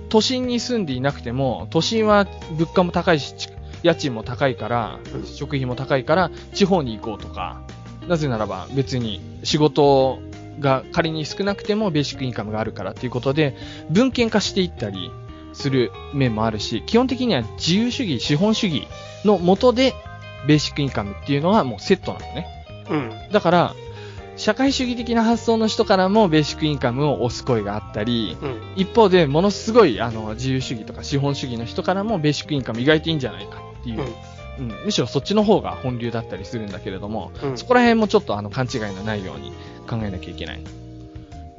Speaker 1: 都心に住んでいなくても、都心は物価も高いし、ち家賃も高いから
Speaker 2: うん、
Speaker 1: 食費も高いから、地方に行こうとか、なぜならば別に仕事が仮に少なくてもベーシックインカムがあるからっていうことで、文献化していったりする面もあるし、基本的には自由主義、資本主義のもとでベーシックインカムっていうのはもうセットなのね。
Speaker 2: うん。
Speaker 1: だから、社会主義的な発想の人からもベーシックインカムを推す声があったり、
Speaker 2: うん。
Speaker 1: 一方で、ものすごい、あの、自由主義とか資本主義の人からもベーシックインカム意外といいんじゃないかっていう、うんむしろそっちの方が本流だったりするんだけれども、
Speaker 2: うん
Speaker 1: そこら辺もちょっとあの、勘違いのないように考えなきゃいけない。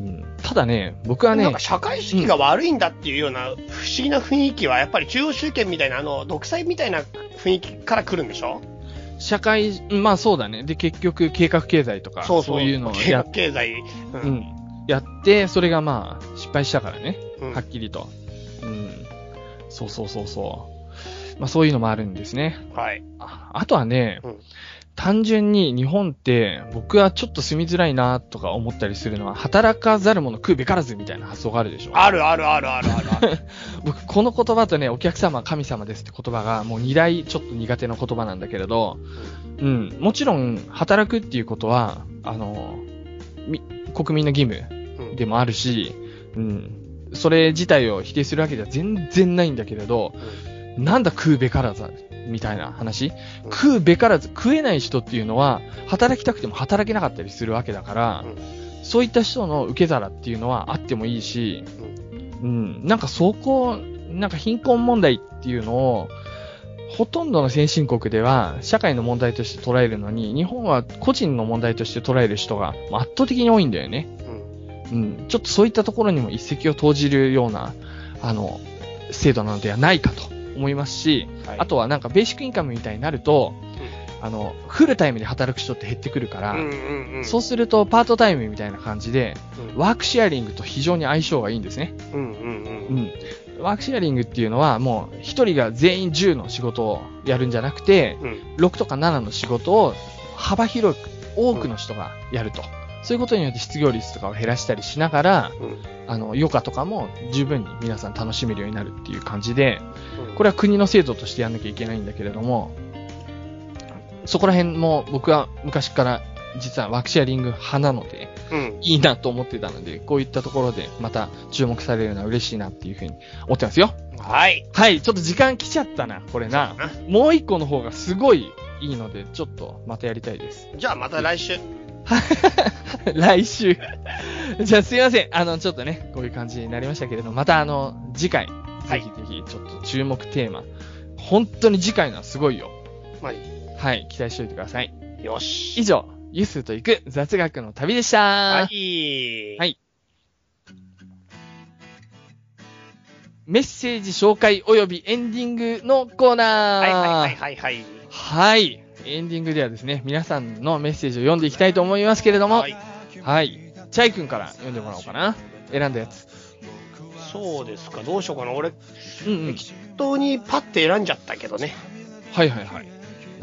Speaker 1: うん、ただね、僕は
Speaker 2: な
Speaker 1: ね
Speaker 2: んか、社会主義が悪いんだっていうような不思議な雰囲気は、やっぱり中央集権みたいな、あの、独裁みたいな雰囲気から来るんでしょ
Speaker 1: 社会、うんまあそうだね。で、結局、計画経済とか、そういうのを
Speaker 2: 経
Speaker 1: や,、
Speaker 2: 経済。う。
Speaker 1: うんん、やって、それがまあ、失敗したからね。
Speaker 2: うん
Speaker 1: はっきりと。うん。そうそうそうそう。まあそういうのもあるんですね。
Speaker 2: はい。
Speaker 1: ああとはね、
Speaker 2: うん
Speaker 1: 単純に日本って僕はちょっと住みづらいなとか思ったりするのは、働かざる者食うべからずみたいな発想があるでしょ。
Speaker 2: あるあるあるあるあるある。
Speaker 1: 僕、この言葉とね、お客様は神様ですって言葉がもう二大ちょっと苦手な言葉なんだけれど、うん、もちろん働くっていうことは、あの、み国民の義務
Speaker 2: うん
Speaker 1: でもあるし、うん、それ自体を否定するわけじゃ全然ないんだけれど、なんだ食うべからず、みたいな話、
Speaker 2: うん
Speaker 1: 食うべからず、食えない人っていうのは、働きたくても働けなかったりするわけだから、
Speaker 2: うん
Speaker 1: そういった人の受け皿っていうのはあってもいいし、うん、なんかそこ、なんか貧困問題っていうのを、ほとんどの先進国では社会の問題として捉えるのに、日本は個人の問題として捉える人がまあ圧倒的に多いんだよね。
Speaker 2: うん
Speaker 1: うん、ちょっとそういったところにも一石を投じるような、あの、制度なのではないかと思いますし、
Speaker 2: はい
Speaker 1: あとはなんかベーシックインカムみたいになると、あの、フルタイムで働く人って減ってくるから、
Speaker 2: うんうんうん。
Speaker 1: そうするとパートタイムみたいな感じで、
Speaker 2: うん
Speaker 1: ワークシェアリングと非常に相性がいいんですね。
Speaker 2: うんうんうん
Speaker 1: うん。ワークシェアリングっていうのはもう一人が全員10の仕事をやるんじゃなくて、
Speaker 2: うん
Speaker 1: 6とか7の仕事を幅広く多くの人がやると。そういうことによって失業率とかを減らしたりしながら、あの、余暇とかも十分に皆さん楽しめるようになるっていう感じで、
Speaker 2: うん
Speaker 1: これは国の制度としてやんなきゃいけないんだけれども、そこら辺も僕は昔から実はワークシェアリング派なので、
Speaker 2: うん
Speaker 1: いいなと思ってたので、こういったところでまた注目されるのは嬉しいなっていうふうに思ってますよ。
Speaker 2: はい。
Speaker 1: はい、ちょっと時間来ちゃったな、これな。もう一個の方がすごいいいので、ちょっとまたやりたいです。
Speaker 2: じゃあまた来週。
Speaker 1: 来週。じゃあすいません。あの、ちょっとね、こういう感じになりましたけれど、またあの、次回、ぜひぜひ、ちょっと注目テーマ。本当に次回のはすごいよ。
Speaker 2: はい。
Speaker 1: はい、期待しておいてください。
Speaker 2: よし。
Speaker 1: 以上、ユスと行く雑学の旅でした。
Speaker 2: はい。
Speaker 1: はいメッセージ紹介及びエンディングのコーナー。
Speaker 2: はいはいはいはい。
Speaker 1: はい。エンディングではですね、皆さんのメッセージを読んでいきたいと思いますけれども、
Speaker 2: は
Speaker 1: はいい。。チャイ君から読んでもらおうかな。選んだやつ。
Speaker 2: そうですか。どうしようかな。俺、
Speaker 1: うんうん。
Speaker 2: 本当にパッて選んじゃったけどね。
Speaker 1: はいはいはい。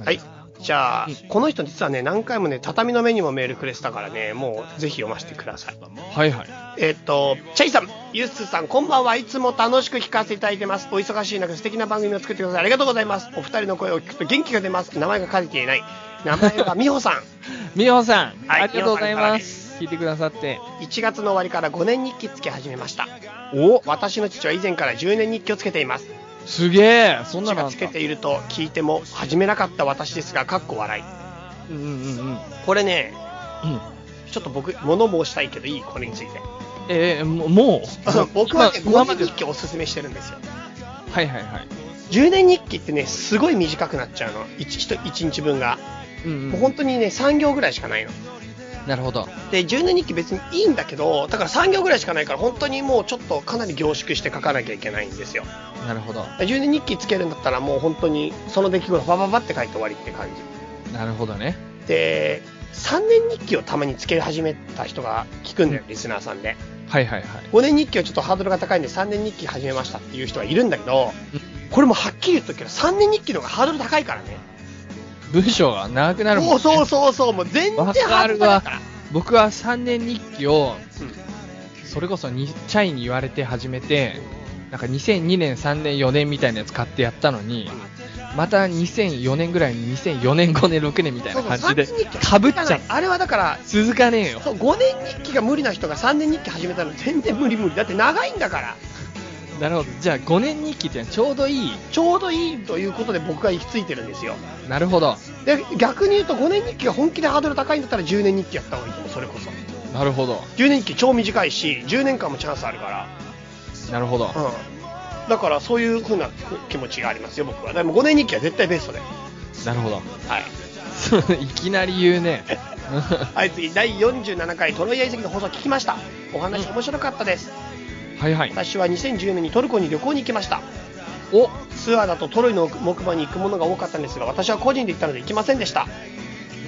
Speaker 2: はい。じゃあ
Speaker 1: うん、
Speaker 2: この人実はね、何回もね、畳の目にもメールくれてたからね、もうぜひ読ませてください。
Speaker 1: はいはい。
Speaker 2: えっ、と、チェイさん、ユッスーさん、こんばんはいつも楽しく聞かせていただいてます。お忙しい中、素敵な番組を作ってください。ありがとうございます。お二人の声を聞くと元気が出ます。名前が書いていない。名前は美穂さん。
Speaker 1: みほさん、
Speaker 2: はい
Speaker 1: ありがとうございます。聞いてくださって。
Speaker 2: 1月の終わりから5年日記つけ始めました。
Speaker 1: お
Speaker 2: 私の父は以前から10年日記をつけています。
Speaker 1: すげえそんな
Speaker 2: 父
Speaker 1: のあ
Speaker 2: が
Speaker 1: ん
Speaker 2: つ
Speaker 1: だ
Speaker 2: けていると聞いても始めなかった私ですが、かっこ笑い。
Speaker 1: うんうんうんうん。うん。
Speaker 2: これね、ちょっと僕、物申したいけどいいこれについて。
Speaker 1: えー、もうもう
Speaker 2: 僕はね、
Speaker 1: 今ま
Speaker 2: 5年
Speaker 1: で
Speaker 2: 日。記をおすすめしてるんですよ。
Speaker 1: はいはいはい。
Speaker 2: 10年日記ってね、すごい短くなっちゃうの。1, 1日分が。
Speaker 1: うん、う。
Speaker 2: もうん本当にね、3行ぐらいしかないの。
Speaker 1: なるほど。
Speaker 2: で、10年日記別にいいんだけど、だから3行ぐらいしかないから、本当にもうちょっとかなり凝縮して書かなきゃいけないんですよ。
Speaker 1: なるほど。
Speaker 2: 10年日記つけるんだったら、もう本当にその出来事バババって書いて終わりって感じ。
Speaker 1: なるほどね。
Speaker 2: で、3年日記をたまにつけ始めた人が聞くんだよ、リスナーさんで。
Speaker 1: はいはいはい。
Speaker 2: 5年日記はちょっとハードルが高いんで3年日記始めましたっていう人はいるんだけど、これもはっきり言っとくけど、3年日記の方がハードル高いからね。
Speaker 1: 文章が長くなるもん、
Speaker 2: そ
Speaker 1: ね。
Speaker 2: うそうそうそう、もう全然
Speaker 1: わ
Speaker 2: ハ
Speaker 1: か
Speaker 2: ードル
Speaker 1: る
Speaker 2: 高い
Speaker 1: わ
Speaker 2: から。
Speaker 1: 僕は3年日記を、
Speaker 2: うん
Speaker 1: それこそにチャイに言われて始めて、なんか2002年、3年、4年みたいなやつ買ってやったのに、また2004年ぐらいに2004年、5年、6年みたい
Speaker 2: そ
Speaker 1: な
Speaker 2: うそ
Speaker 1: 感じ
Speaker 2: う
Speaker 1: で
Speaker 2: 3年日記は
Speaker 1: かぶっちゃう。
Speaker 2: あれはだから、
Speaker 1: 続かねえよ。
Speaker 2: そう5年日記が無理な人が3年日記始めたの全然無理無理だって長いんだから
Speaker 1: なるほど。じゃあ5年日記っていうのはちょうどいい。
Speaker 2: ちょうどいいということで僕が行き着いてるんですよ。
Speaker 1: なるほど。
Speaker 2: で、逆に言うと5年日記が本気でハードル高いんだったら10年日記やった方がいいと思う、それこそ。
Speaker 1: なるほど。
Speaker 2: 10年日記超短いし、10年間もチャンスあるか
Speaker 1: なるほど。
Speaker 2: ら。うん。だからそういう風な気持ちがありますよ、僕は。でも5年日記は絶対ベストで。
Speaker 1: なるほど。
Speaker 2: はい。
Speaker 1: そういきなり言うね。
Speaker 2: はい、次、第47回トロイア遺跡の放送聞きました。お話面白かったです。
Speaker 1: はいはい。
Speaker 2: 私は2010年にトルコに旅行に行きました。
Speaker 1: お
Speaker 2: ツアーだとトロイの木馬に行くものが多かったんですが、私は個人で行ったので行きませんでした。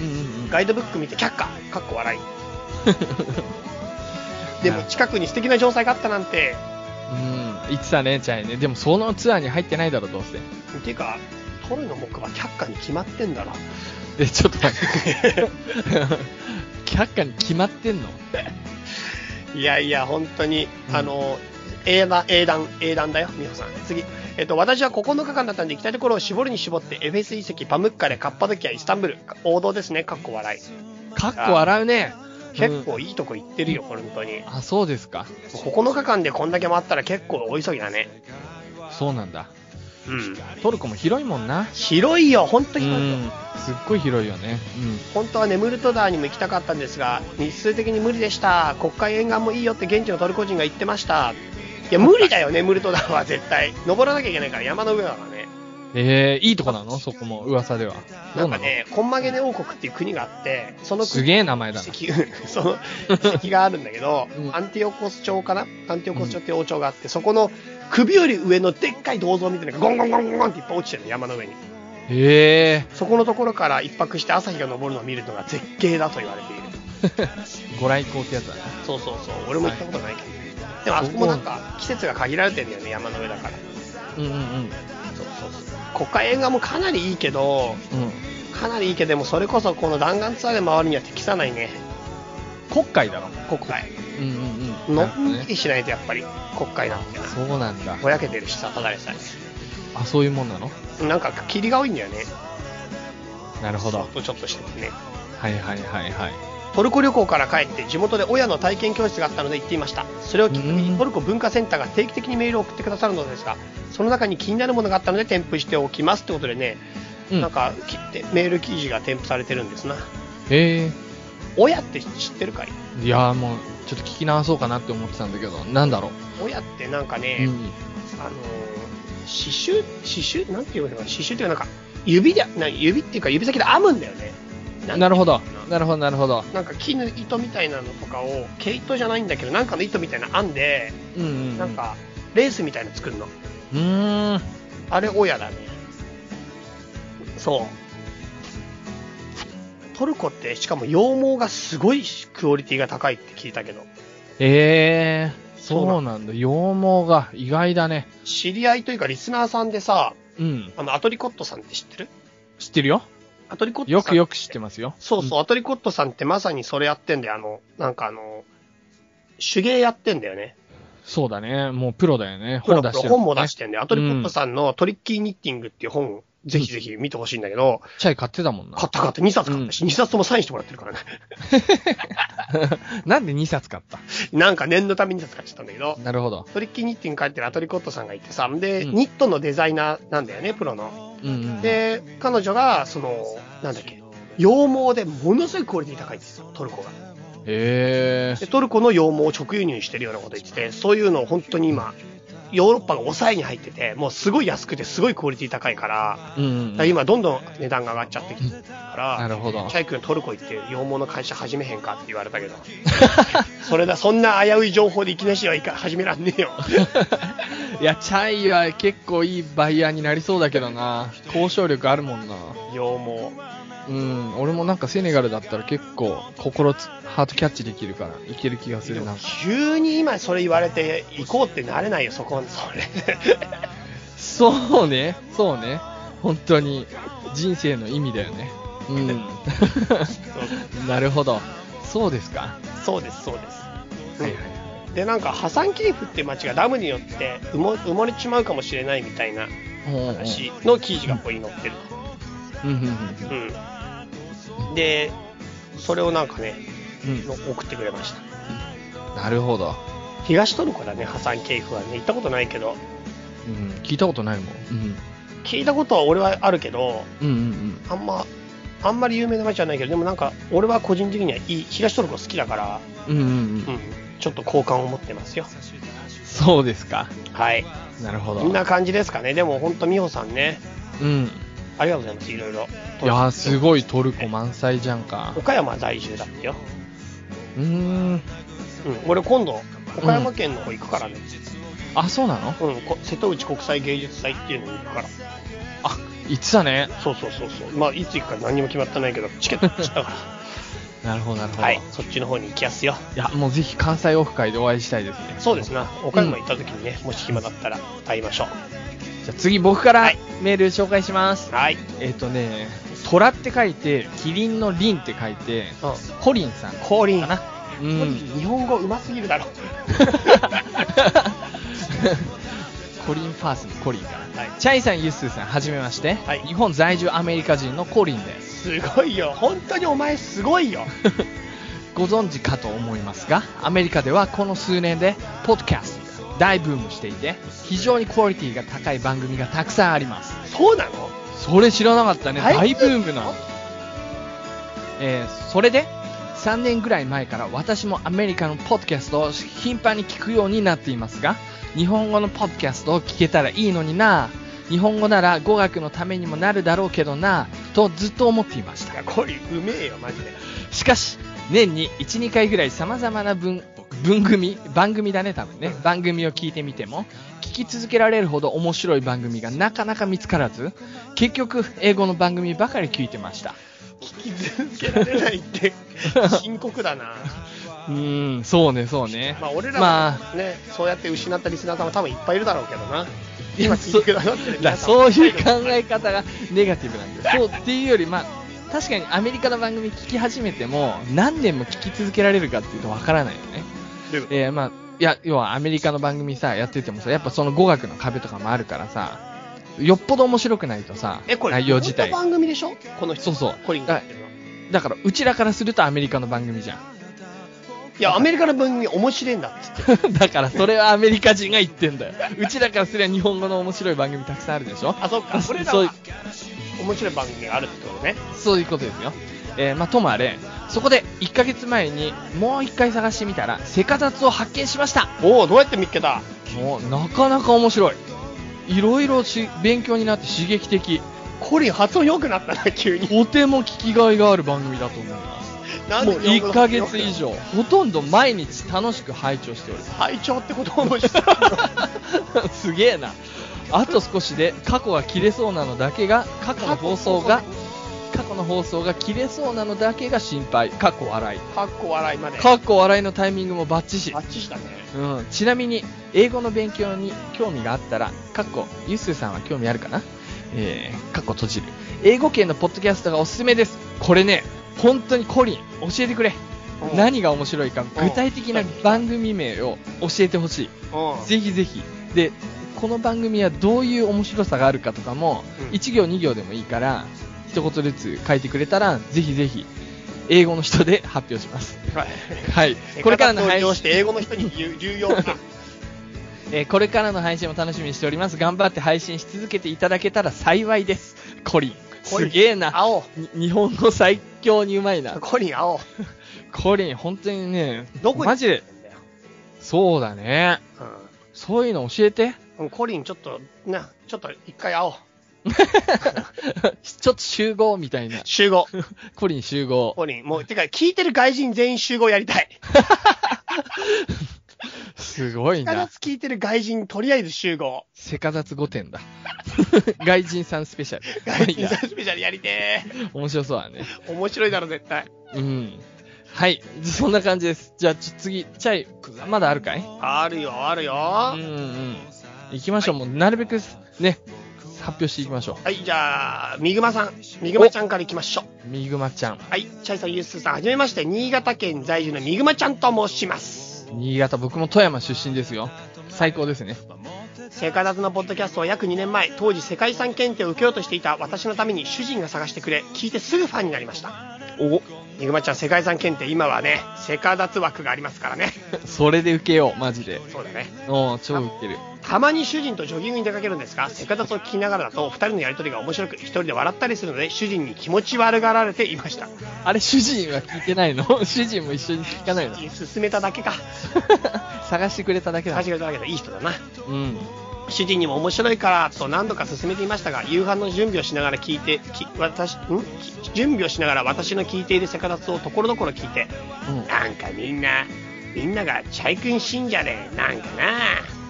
Speaker 1: うんうんうん。
Speaker 2: ガイドブック見て却下、かっこ笑い。 で
Speaker 1: な
Speaker 2: も
Speaker 1: る
Speaker 2: 近くに素敵な城塞があったなんて、
Speaker 1: うん。言ってたね、チャイね。でもそのツアーに入ってないだろ、どうせ。
Speaker 2: っていうか、トロイの木馬却下に決まってんだな。
Speaker 1: え、ちょっと待 って。却下に決まってんの
Speaker 2: いやいや、本当に、
Speaker 1: うん
Speaker 2: あの、英断、英断、英断だよ、美穂さん。次。えっと、私は9日間だったんで行きたいところを絞りに絞って、エフェス遺跡、パムッカレ、カッパドキア、イスタンブル、王道ですね、かっこ笑い。
Speaker 1: かっこ笑うね。
Speaker 2: 結構いいとこ行ってるよ、本当に。
Speaker 1: あ、そうですか。
Speaker 2: 9日間でこんだけ回ったら結構大急ぎだね。
Speaker 1: そうなんだ。
Speaker 2: うん。
Speaker 1: トルコも広いもんな。
Speaker 2: 広いよ、本当
Speaker 1: う
Speaker 2: に広いよ。
Speaker 1: ん。すっごい広いよね。
Speaker 2: 本当はネムルトダーにも行きたかったんですが日数的に無理でした国会沿岸もいいよって現地のトルコ人が言ってましたいや無理だよネムルトダーは絶対登らなきゃいけないから山の上だからね
Speaker 1: うん。えー、いいとこなのそこも、噂では。
Speaker 2: な
Speaker 1: どうん
Speaker 2: か
Speaker 1: なの
Speaker 2: ねコンマゲネ王国っていう国があってその
Speaker 1: す
Speaker 2: 国
Speaker 1: げえ名前
Speaker 2: 遺
Speaker 1: だな。
Speaker 2: 跡 その遺跡があるんだけど、
Speaker 1: うん
Speaker 2: アンティオコス朝かなアンティオコス朝っていう王朝があってそこの首より上のでっかい銅像みたいなのがゴンゴンゴンゴンゴンっていっぱい落ちてるの山の上に
Speaker 1: え
Speaker 2: そこのところから一泊して朝日が昇るのを見るのが絶景だと言われている
Speaker 1: ー、 ご来光ってやつだな。
Speaker 2: そうそうそう俺も行ったことないけど、でもあそこもなんか季節が限られてんだよね山の上だから
Speaker 1: うんうんうん。
Speaker 2: そうそうそう国会沿岸もかなりいいけど
Speaker 1: うん。
Speaker 2: かなりいいけどでもそれこそこの弾丸ツアーで回るには適さないね
Speaker 1: 国会だろ。
Speaker 2: 国会
Speaker 1: うんうんうん。な
Speaker 2: の
Speaker 1: るほど
Speaker 2: んび
Speaker 1: ね
Speaker 2: りしないとやっぱり国会なんて
Speaker 1: そうなんだ。
Speaker 2: ぼやけてるしさただでさ
Speaker 1: あ、そういうもんなの
Speaker 2: えなんか霧が多いんだよね
Speaker 1: なるほど。
Speaker 2: ちょっとしててね
Speaker 1: はいはいはいはい。
Speaker 2: トルコ旅行から帰って地元で親の体験教室があったので行っていましたそれをきっかけ
Speaker 1: う
Speaker 2: に
Speaker 1: ん
Speaker 2: トルコ文化センターが定期的にメールを送ってくださるのですがその中に気になるものがあったので添付しておきますってことでね、
Speaker 1: うん
Speaker 2: なんか切ってメール記事が添付されてるんですな
Speaker 1: え
Speaker 2: 親って知ってるかい
Speaker 1: ー、いやーもう、ちょっと聞き直そうかなって思ってたんだけど、なんだろ
Speaker 2: 親ってなんか
Speaker 1: う。う
Speaker 2: ね、
Speaker 1: ん。
Speaker 2: あのー刺繍刺繍なんて言うのかな刺繍っていうかなんか指でな指っていうか指先で編むんだよねん
Speaker 1: なるほど。なるほどなるほど。
Speaker 2: なんか絹糸みたいなのとかを毛糸じゃないんだけどなんかの糸みたいなの編んで
Speaker 1: うんうんうん。
Speaker 2: なんかレースみたいの作るの
Speaker 1: うーん。
Speaker 2: あれ親だね。そう。トルコって、しかも羊毛がすごいクオリティが高いって聞いたけど、
Speaker 1: えー、
Speaker 2: そう
Speaker 1: そうなんだ。羊毛が意外だね。
Speaker 2: 知り合いというかリスナーさんでさ、
Speaker 1: うん。
Speaker 2: あの、アトリコットさんって知ってる
Speaker 1: 知ってるよ。
Speaker 2: アトリコットさん。
Speaker 1: よくよく知ってますよ。
Speaker 2: そうそう、アトリコットさんってまさにそれやってんだよ。あの、なんかあの、手芸やってんだよね。
Speaker 1: そうだね。もうプロだよね。
Speaker 2: プロ
Speaker 1: 本出し
Speaker 2: プロ
Speaker 1: てる、。
Speaker 2: 本も出しててんだよ。アトリコットさんのトリッキーニッティングっていう本をぜひぜひ見てほしいんだけど、
Speaker 1: チャイ買ってたもんな
Speaker 2: 買。った買った、2冊買ったし、2冊ともサインしてもらってるからね。
Speaker 1: なんで2冊買った
Speaker 2: なんか念のために2冊買っちゃったんだけど、
Speaker 1: なるほど。
Speaker 2: トリッキーニッティング書いてるアトリコットさんがいてさ、で、
Speaker 1: うん
Speaker 2: ニットのデザイナーなんだよね、プロの。
Speaker 1: うんうん。
Speaker 2: で、彼女が、その、なんだっけ、羊毛でものすごいクオリティ高いんですよ、トルコが。
Speaker 1: え
Speaker 2: で、トルコの羊毛を直輸入してるようなこと言ってて、そういうのを本当に今、ヨーロッパが抑えに入ってて、もうすごい安くてすごいクオリティ高いから、
Speaker 1: ー。うんうん
Speaker 2: だ
Speaker 1: うん、
Speaker 2: から今どんどん値段が上がっちゃってきてるから、
Speaker 1: なるほど
Speaker 2: チ。ャイ君トルコ行って羊毛の会社始めへんかって言われたけどそれだそんな危うい情報でいきなしはいか始めら んねえよ
Speaker 1: いや、チャイは結構いいバイヤーになりそうだけどな。交渉力あるもんな。
Speaker 2: 羊毛
Speaker 1: うん。俺もなんかセネガルだったら結構心つ、ハートキャッチできるから、いける気がする
Speaker 2: でも
Speaker 1: な。
Speaker 2: 急に今それ言われて行こうってなれないよそこそれ
Speaker 1: そうね。そうね。本当に人生の意味だよね。うん。 なるほど。そうですか。
Speaker 2: そうですそうです、うん
Speaker 1: はいはい。
Speaker 2: でなんかハサンキリフっていう町がダムによって埋も埋もれちまうかもしれないみたいな
Speaker 1: うん
Speaker 2: 話の記事がここに載ってる
Speaker 1: うんうん
Speaker 2: うんでそれをなんかね
Speaker 1: うん
Speaker 2: の送ってくれました
Speaker 1: うんなるほど。
Speaker 2: 東トルコだね、ハサン・ケイフはね。行ったことないけど。
Speaker 1: うん、聞いたことないもん。
Speaker 2: 聞いたことは俺はあるけど、
Speaker 1: うん、うん、うん
Speaker 2: あんま、あんまり有名な街じゃないけど、でもなんか、俺は個人的にはいい、東トルコ好きだから、
Speaker 1: うん。うん、うん、う。
Speaker 2: うんん、ちょっと好感を持ってますよ。
Speaker 1: そうですか。
Speaker 2: はい。
Speaker 1: なるほ
Speaker 2: こん
Speaker 1: ど。
Speaker 2: な感じですかね。でも本当、美穂さんね、
Speaker 1: うん。
Speaker 2: ありがとうございます、いろいろ。
Speaker 1: いやー、すごいトル
Speaker 2: ね
Speaker 1: コ満載じゃんか。
Speaker 2: 岡山在住だってよ。
Speaker 1: うーん。
Speaker 2: うん、俺今度、岡山県の方行くからね。
Speaker 1: あ、そうなの
Speaker 2: うん、こ瀬戸内国際芸術祭っていうのに行くから。
Speaker 1: あ、言ってたね。
Speaker 2: そうそうそうそう。まあ、いつ行くか何にも決まってないけど、チケット取ったか
Speaker 1: なるほど、なるほど。
Speaker 2: ら。はいい、そっちの方に行きやすよ。
Speaker 1: や、もうぜひ関西オフ会でお会いしたいですね。
Speaker 2: そうですな。岡山行った時にね、もし暇だったら会いましょ
Speaker 1: じゃあ次僕から
Speaker 2: はい
Speaker 1: メール紹介します。
Speaker 2: う。はい。
Speaker 1: えっ、とね、虎って書いて、キリンのリンって書いて、
Speaker 2: うん。
Speaker 1: ホリン さんか
Speaker 2: 降臨。
Speaker 1: な。う
Speaker 2: 降
Speaker 1: ん。
Speaker 2: 臨日本語うますぎる だろ。
Speaker 1: コリンファースのコリンかな。
Speaker 2: はい。
Speaker 1: チャイさん、ユッスーさん、はじめまして、
Speaker 2: はい
Speaker 1: 日本在住アメリカ人のコリンです。
Speaker 2: すごいよ。本当にお前すごいよ。
Speaker 1: ご存知かと思いますが、アメリカではこの数年で、ポッドキャストが大ブームしていて、非常にクオリティが高い番組がたくさんあります。
Speaker 2: そうなの
Speaker 1: それ知らなかったね。
Speaker 2: 大
Speaker 1: 大
Speaker 2: ブ
Speaker 1: ブ
Speaker 2: ー
Speaker 1: ー
Speaker 2: ム
Speaker 1: ム
Speaker 2: な
Speaker 1: な
Speaker 2: の
Speaker 1: の。えーそれで、3年ぐらい前から私もアメリカのポッドキャストを頻繁に聞くようになっていますが、日本語のポッドキャストを聞けたらいいのにな日本語なら語学のためにもなるだろうけどなとずっと思っていました
Speaker 2: い。や、降臨うめえよ、マジで。
Speaker 1: しかし、年に1、2回ぐらい様々な文、文組、番組だね、多分ね。番組を聞いてみても、聞き続けられるほど面白い番組がなかなか見つからず、結局、英語の番組ばかり聞いてました。
Speaker 2: 聞き続けられない って、深刻だな。
Speaker 1: うーん、そうね、そうね。
Speaker 2: まあ、俺ら
Speaker 1: まあ
Speaker 2: はね、そうやって失ったリスナーさんも多分いっぱいいるだろうけどな。
Speaker 1: いや
Speaker 2: 今聞いてくださってる
Speaker 1: だから
Speaker 2: 皆さん
Speaker 1: そういう考え方がネガティブなん だよ。そうっていうより、まあ、確かにアメリカの番組聞き始めても、何年も聞き続けられるかっていうとわからないよね。
Speaker 2: どういうこと
Speaker 1: えーまあ、いや、要はアメリカの番組さ、やっててもさ、やっぱその語学の壁とかもあるからさ、よっぽど面白くないとさ、
Speaker 2: え、これ、
Speaker 1: 内容自体
Speaker 2: 本。当番組でしょこの人。
Speaker 1: そうそう
Speaker 2: コリンがやってるのは。
Speaker 1: だから、うちらからするとアメリカの番組じゃ
Speaker 2: いや、アメリカの番組面白いんだっつって。
Speaker 1: ん。 だから、それはアメリカ人が言ってんだよ。うちらからすれば日本語の面白い番組たくさんあるでしょ
Speaker 2: あ、そっか。俺ら
Speaker 1: そう
Speaker 2: は面白い番組があるってことね。
Speaker 1: そういうことですよ。えーまあ、ともあれ、そこで1ヶ月前にもう1回探してみたら、セカザツを発見しました
Speaker 2: おお、どうやって見っけた
Speaker 1: もう、なかなか面白い。いろいろし勉強になって刺激的。
Speaker 2: コリン発音良くなったな、急に。
Speaker 1: とても聞きがいがある番組だと思います。
Speaker 2: なん
Speaker 1: も
Speaker 2: で
Speaker 1: う
Speaker 2: 日
Speaker 1: 1
Speaker 2: 本語だ
Speaker 1: ヶ
Speaker 2: け良く
Speaker 1: 月
Speaker 2: なった
Speaker 1: 以。上、ほとんど毎日楽しく拝聴しておりま
Speaker 2: 拝聴ってこと面白いの。
Speaker 1: す。す げえな。あと少しで過去が切れそうなのだけが、過去の放送が、過去の放送が切れそうなのだけが心配。過去笑い。
Speaker 2: かっこ笑いまで。
Speaker 1: 過去笑いのタイミングもバッチシ
Speaker 2: あ。っちしたね。
Speaker 1: うん、ちなみに英語の勉強に興味があったら、かっこゆっすーさんは興味あるかな、えー、かっこ閉じる英語圏のポッドキャストがおすすめですこれね本当にコリン教えてくれ
Speaker 2: うん
Speaker 1: 何が面白いか
Speaker 2: ん
Speaker 1: 具体的な番組名を教えてほしい
Speaker 2: うん。
Speaker 1: ぜひぜひでこの番組はどういう面白さがあるかとかも、
Speaker 2: うん
Speaker 1: 1行2行でもいいから一言ずつ書いてくれたらぜひぜひ英語の人で発表します
Speaker 2: はい
Speaker 1: はいこれからの
Speaker 2: 生活を利
Speaker 1: 配
Speaker 2: 用
Speaker 1: 信
Speaker 2: して英語の人に言う流用な。
Speaker 1: えーこれからの配信も楽しみにしております。頑張って配信し続けていただけたら幸いです。コリン。
Speaker 2: コリン
Speaker 1: すげえな。
Speaker 2: 青。
Speaker 1: に日本の最強にうまいな。
Speaker 2: コリン青。
Speaker 1: コリン、本当にね、
Speaker 2: どこに
Speaker 1: マジで。そうだね。そういうの教えて。
Speaker 2: うん。コリンちょっと、な、ちょっと一回青。
Speaker 1: ちょっと集合みたいな。
Speaker 2: 集合。
Speaker 1: コリン集合。
Speaker 2: コリン。もう、てか聞いてる外人全員集合やりたい。
Speaker 1: すごい
Speaker 2: 必
Speaker 1: な。
Speaker 2: ず聞いてる外人とりあえず集合。
Speaker 1: セカザツ5点だ。 外人さんスペシャル。
Speaker 2: 外
Speaker 1: い
Speaker 2: 人
Speaker 1: や
Speaker 2: さんスペシャルやりて
Speaker 1: 面白そうだね。
Speaker 2: ー。面白いだろ、絶対。
Speaker 1: うん。はい。そんな感じです。じゃあ、ちょ次、チャイ、まだあるかい
Speaker 2: あるよ、あるよ。
Speaker 1: うんうん。行きましょう。もうなるべく、ね、発表していきましょ
Speaker 2: はい、じゃあ、みぐまさん。みぐまちゃんからいきましょ
Speaker 1: う。みぐまちゃん。
Speaker 2: う。はい、チャイさん、ユースーさん、はじめまして、新潟県在住のみぐまちゃんと申します。
Speaker 1: 新潟、僕も富山出身ですよ。最高ですね。
Speaker 2: セカダズのポッドキャストを約2年前、当時世界遺産検定を受けようとしていた私のために主人が探してくれ、聞いてすぐファンになりました。
Speaker 1: お
Speaker 2: ニグマちゃん世界遺産検定今はねセカダツ枠がありますからね
Speaker 1: それで受けよう、マジで。
Speaker 2: そうだね
Speaker 1: おー超受ける。
Speaker 2: たまに主人とジョギングに出かけるんですがセカダツを聞きながらだと2人のやり取りが面白く1人で笑ったりするので主人に気持ち悪がられていました
Speaker 1: あれ、主人は聞いてないの 主人も一緒に聞かないの
Speaker 2: 勧めただけか
Speaker 1: 探してくれただけだ
Speaker 2: 確。かにだけどいい人だな
Speaker 1: うん。
Speaker 2: 主人にも面白いからと何度か勧めていましたが夕飯の準備をしながら聞いてき私んき準備をしながら私の聞いているセカダツをところどころ聞いて
Speaker 1: うん
Speaker 2: なんかみんなみんながチャイ君信者でなんか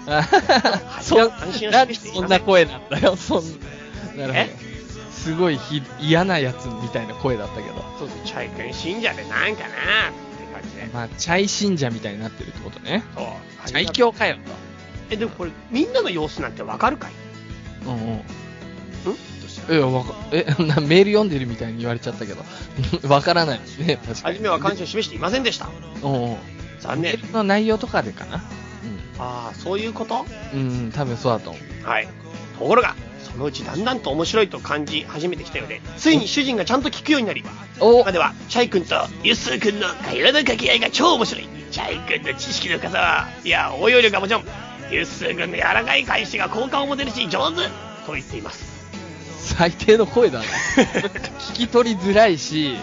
Speaker 2: な
Speaker 1: あははそ
Speaker 2: いや安心
Speaker 1: ん
Speaker 2: を
Speaker 1: なん
Speaker 2: 示
Speaker 1: で
Speaker 2: していい
Speaker 1: そんな声なんだよ、そんなるほ
Speaker 2: え
Speaker 1: ど。すごいひ嫌なやつみたいな声だったけど。
Speaker 2: そうそうチャイ君信者でなんかなって感じで
Speaker 1: まあ、チャイ信者みたいになってるってことね。
Speaker 2: そう
Speaker 1: チャイ教かよ
Speaker 2: えでもこれみんなの様子なんてわかるかい
Speaker 1: と。うんうん。え、わか、え、 なメール読んでるみたいに言われちゃったけど。 わからないですね、確かに。
Speaker 2: 初めは関心を示していませんでした
Speaker 1: うんうん。
Speaker 2: 残
Speaker 1: メ
Speaker 2: 念
Speaker 1: ールの内容とかでかな。
Speaker 2: ああそういうこと
Speaker 1: うん、うん、多分そうだと思う。
Speaker 2: はいところがそのうちだんだんと面白いと感じ始めてきたようでついに主人がちゃんと聞くようになり
Speaker 1: お
Speaker 2: 今ではチャイ君とユスー君の会話の掛け合いが超面白いチャイ君の知識の深さはいや応用力がもちろんユスー君の柔らかい返しが好感を持てるし上手と言っています
Speaker 1: 最低の声だね。 聞き取りづらいし、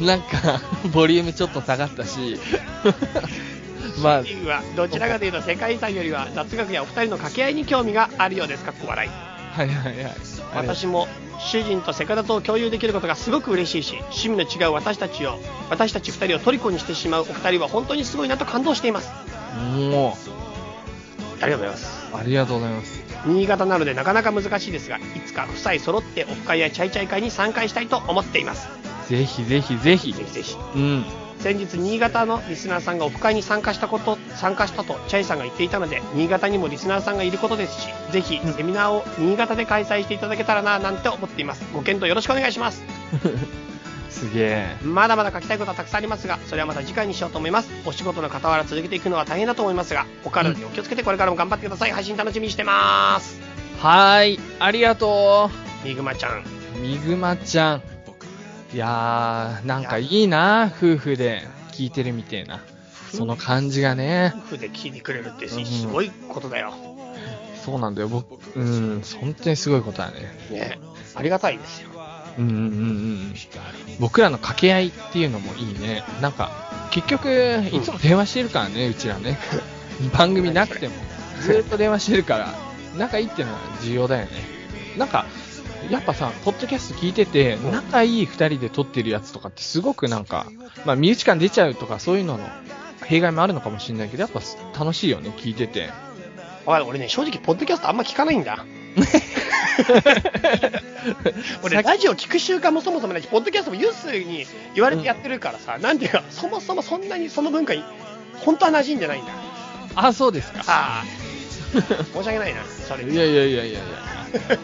Speaker 1: なんか、 ボリュームちょっと下がったし。 まあ、
Speaker 2: 主人はどちらかというと世界遺産よりは雑学やお二人の掛け合いに興味があるようですかっこ笑い
Speaker 1: はいはいはい。
Speaker 2: 私も主人とセカダとを共有できることがすごく嬉しいし趣味の違う私たちを私たち二人を虜にしてしまうお二人は本当にすごいなと感動していますあ
Speaker 1: も
Speaker 2: りがとうございます
Speaker 1: う、ありがとうございます。
Speaker 2: 新潟なのでなかなか難しいですがいつか夫妻揃ってオフ会やチャイチャイ会に参加したいと思っています
Speaker 1: ぜひぜひぜひ
Speaker 2: ぜ。ひぜひ
Speaker 1: うん。
Speaker 2: 先日新潟のリスナーさんがオフ会に参加したこと参加したとチャイさんが言っていたので新潟にもリスナーさんがいることですしぜひセミナーを新潟で開催していただけたらななんて思っていますご検討よろしくお願いします
Speaker 1: すげえ。
Speaker 2: まだまだ書きたいことはたくさんありますが、それはまた次回にしようと思います。お仕事の傍ら続けていくのは大変だと思いますが、お体にお気をつけてこれからも頑張ってください。配信楽しみにしてます。
Speaker 1: はーい、ありがと
Speaker 2: みぐまちゃん。
Speaker 1: う。みぐまちゃん。いやー、なんかいいな、夫婦で聞いてるみてえな。その感じがね
Speaker 2: 夫。婦で聞いてくれるって
Speaker 1: うん
Speaker 2: すごいことだよ。
Speaker 1: そうなんだよ、僕。うん、本当にすごいことだね。
Speaker 2: ね。ありがたいですよ。
Speaker 1: うんうんうんうん。僕らの掛け合いっていうのもいいね。なんか、結局、いつも電話してるからね、うちら ね。番組なくても。ずーっと電話してるから、仲いいっていうのは重要だよね。なんか、やっぱさ、ポッドキャスト聞いてて、仲いい二人で撮ってるやつとかってすごくなんか、まあ、身内感出ちゃうとかそういうのの弊害もあるのかもしれないけど、やっぱ楽しいよね、聞いてて。
Speaker 2: わかる俺ね、正直、ポッドキャストあんま聞かないんだ。 俺、ラジオ聞く習慣もそもそもないし、ポッドキャストもユースに言われてやってるからさ、なんていうか、そもそもそんなにその文化に、本当は馴染んでないんだ。
Speaker 1: あ、そうですか。
Speaker 2: ああ、申し訳ないな、それ。
Speaker 1: いやいやい やいやい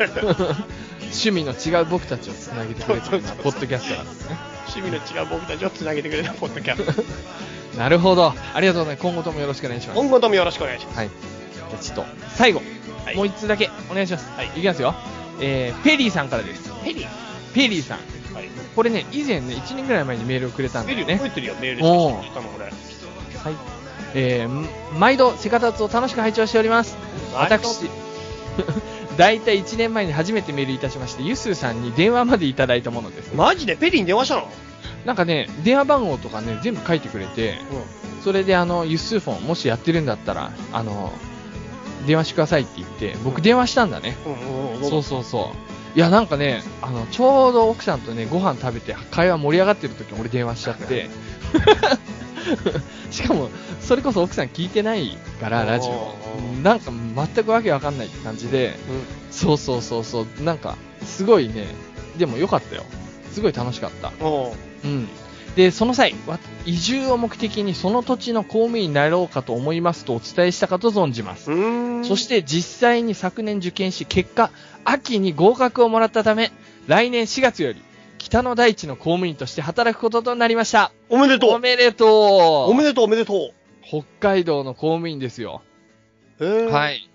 Speaker 1: や趣味の違う僕たちをつなげてくれたのがポッドキャストなんですね
Speaker 2: 趣味の違う僕たちをつなげてくれたポッドキャスト
Speaker 1: なるほどありがとうございます今後ともよろしくお願いします
Speaker 2: 今後ともよろしくお願いします
Speaker 1: はいじゃあちょっと最後、
Speaker 2: はい
Speaker 1: もう一つだけお願いします、
Speaker 2: はい
Speaker 1: い、きますよえー、ペリーさんからです
Speaker 2: ペリー
Speaker 1: ペリーさん
Speaker 2: はい
Speaker 1: これね以前ね1年ぐらい前にメールをくれたんだ
Speaker 2: ペリ
Speaker 1: よ
Speaker 2: ー
Speaker 1: ね
Speaker 2: 覚えてるよメール
Speaker 1: おー
Speaker 2: してたの俺
Speaker 1: はいえー、毎度セカタツを楽しく拝聴しております私 大体1年前に初めてメールいたしましてゆすーさんに電話までいただいたものです
Speaker 2: マジでペリーに電話したの
Speaker 1: なんかね、電話番号とかね、全部書いてくれて、それであの、ユスーフォン、もしやってるんだったら、あの、電話してくださいって言って、僕電話したんだね。
Speaker 2: うんうんうん
Speaker 1: そうそうそう。いや、なんかね、あの、ちょうど奥さんとね、ご飯食べて、会話盛り上がってる時に俺電話しちゃって、しかも、それこそ奥さん聞いてないから、ラジオ。なんか全くわけわかんないって感じで、そうそうそうそう、なんか、すごいね、でも良かったよ。すごい楽しかった。
Speaker 2: おー
Speaker 1: うん、でその際、わ移住を目的にその土地の公務員になろうかと思いますとお伝えしたかと存じます、
Speaker 2: うーん
Speaker 1: そして実際に昨年受験し結果秋に合格をもらったため来年4月より北の大地の公務員として働くこととなりました
Speaker 2: おめでと
Speaker 1: お
Speaker 2: う
Speaker 1: めでとう
Speaker 2: おめでとうおめでとう
Speaker 1: 北海道の公務員ですよ、
Speaker 2: えー
Speaker 1: はい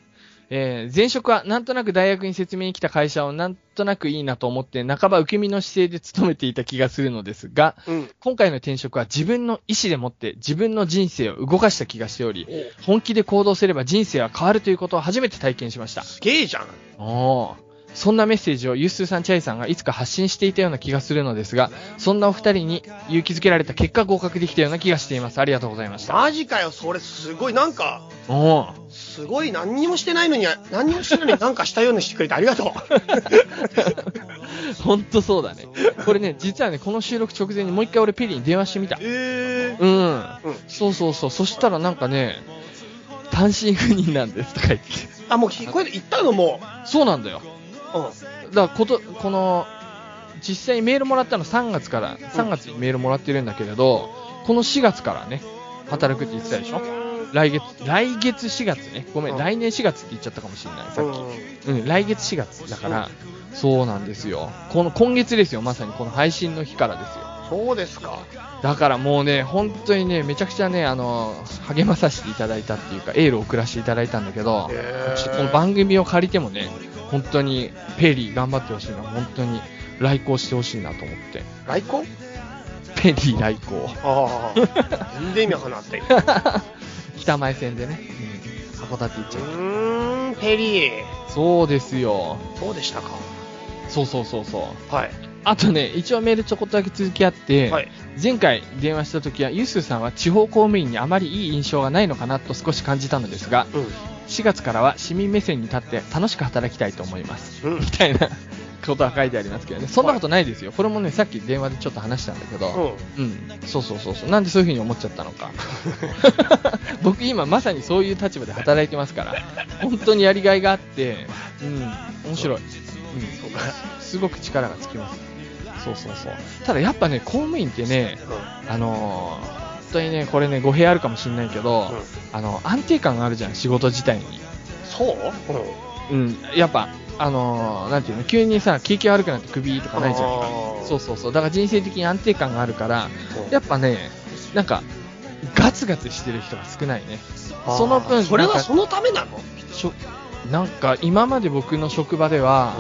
Speaker 1: えー前職はなんとなく大学に説明に来た会社をなんとなくいいなと思って、半ば受け身の姿勢で勤めていた気がするのですが、
Speaker 2: うん。
Speaker 1: 今回の転職は自分の意思でもって自分の人生を動かした気がしており、
Speaker 2: お
Speaker 1: 本気で行動すれば人生は変わるということを初めて体験しました。
Speaker 2: すげえじゃん。
Speaker 1: おーそんなメッセージをユースーさん、チャイさんがいつか発信していたような気がするのですが、そんなお二人に勇気づけられた結果合格できたような気がしています。ありがとうございました。
Speaker 2: マジかよ、それすごい、なんか、
Speaker 1: おー
Speaker 2: すごい、何にもしてないのに、何にもしてないのになんかしたようにしてくれてありがと
Speaker 1: ほんとそうだね。これね、実はね、この収録直前にもう一回俺ペリーに電話してみた
Speaker 2: う。。え
Speaker 1: うん。
Speaker 2: うん
Speaker 1: そうそうそう。そしたらなんかね、単身赴任なんですとか言って。
Speaker 2: あ、もう聞こえて、言ったのも
Speaker 1: そうなんだよ。
Speaker 2: う。うん。
Speaker 1: だからこと、この、実際にメールもらったの3月から、3月にメールもらってるんだけれど、この4月からね、働くって言ってたでしょ来月、来月4月ね。ごめ、
Speaker 2: うんん
Speaker 1: 来年4月って言っちゃったかもしれない、さっき。
Speaker 2: う
Speaker 1: うん、来月4月だから、そうなんですよ。この、今月ですよ、まさにこの配信の日からですよ。
Speaker 2: んそうですか。
Speaker 1: だからもうね、本当にね、めちゃくちゃね、あの、励まさせていただいたっていうか、エールを送らせていただいたんだけど、
Speaker 2: へー
Speaker 1: ちょっとこの番組を借りてもね、本当に、ペリー頑張ってほしいな、本当に、来航してほしいなと思って。
Speaker 2: 来航
Speaker 1: ペリー来航。
Speaker 2: ああ。全然意味わかんなかった。今
Speaker 1: 北前線でね、うん、函館行っち
Speaker 2: う
Speaker 1: ゃう。
Speaker 2: ーん、ペリー。
Speaker 1: そうですよ。
Speaker 2: そうでしたか。
Speaker 1: そうそうそうそう。
Speaker 2: はい。
Speaker 1: あとね、一応メールちょこっとだけ続きあって、
Speaker 2: はい。
Speaker 1: 前回電話した時は、ユースーさんは地方公務員にあまりいい印象がないのかなと少し感じたのですが、
Speaker 2: う
Speaker 1: 4月からは市民目線に立って楽しく働きたいと思います。
Speaker 2: ん。うん
Speaker 1: み。たいなことは書いてありますけどね。そんなことないですよ。これもね、さっき電話でちょっと話したんだけど。
Speaker 2: う
Speaker 1: うん。そうそうそうそう。なんでそういうふうに思っちゃったの か。僕今まさにそういう立場で働いてますから。本当にやりがいがあって、うん。面白い。うん。すごく力がつきます。そうそうそう。ただやっぱね、公務員ってね、あのー本当にね、これね、語弊あるかもしれないけど、
Speaker 2: うん
Speaker 1: あの、安定感があるじゃん、仕事自体に。
Speaker 2: そううん。
Speaker 1: うん、やっぱ、あのーなんていうの、急にさ、景気悪くなって首とかないじゃん
Speaker 2: あー
Speaker 1: そうそうそう。だから人生的に安定感があるから、やっぱね、なんか、ガツガツしてる人が少ないね。
Speaker 2: あー
Speaker 1: その分
Speaker 2: それ
Speaker 1: なん
Speaker 2: は
Speaker 1: か
Speaker 2: そのためなの
Speaker 1: しょなんか、今まで僕の職場では、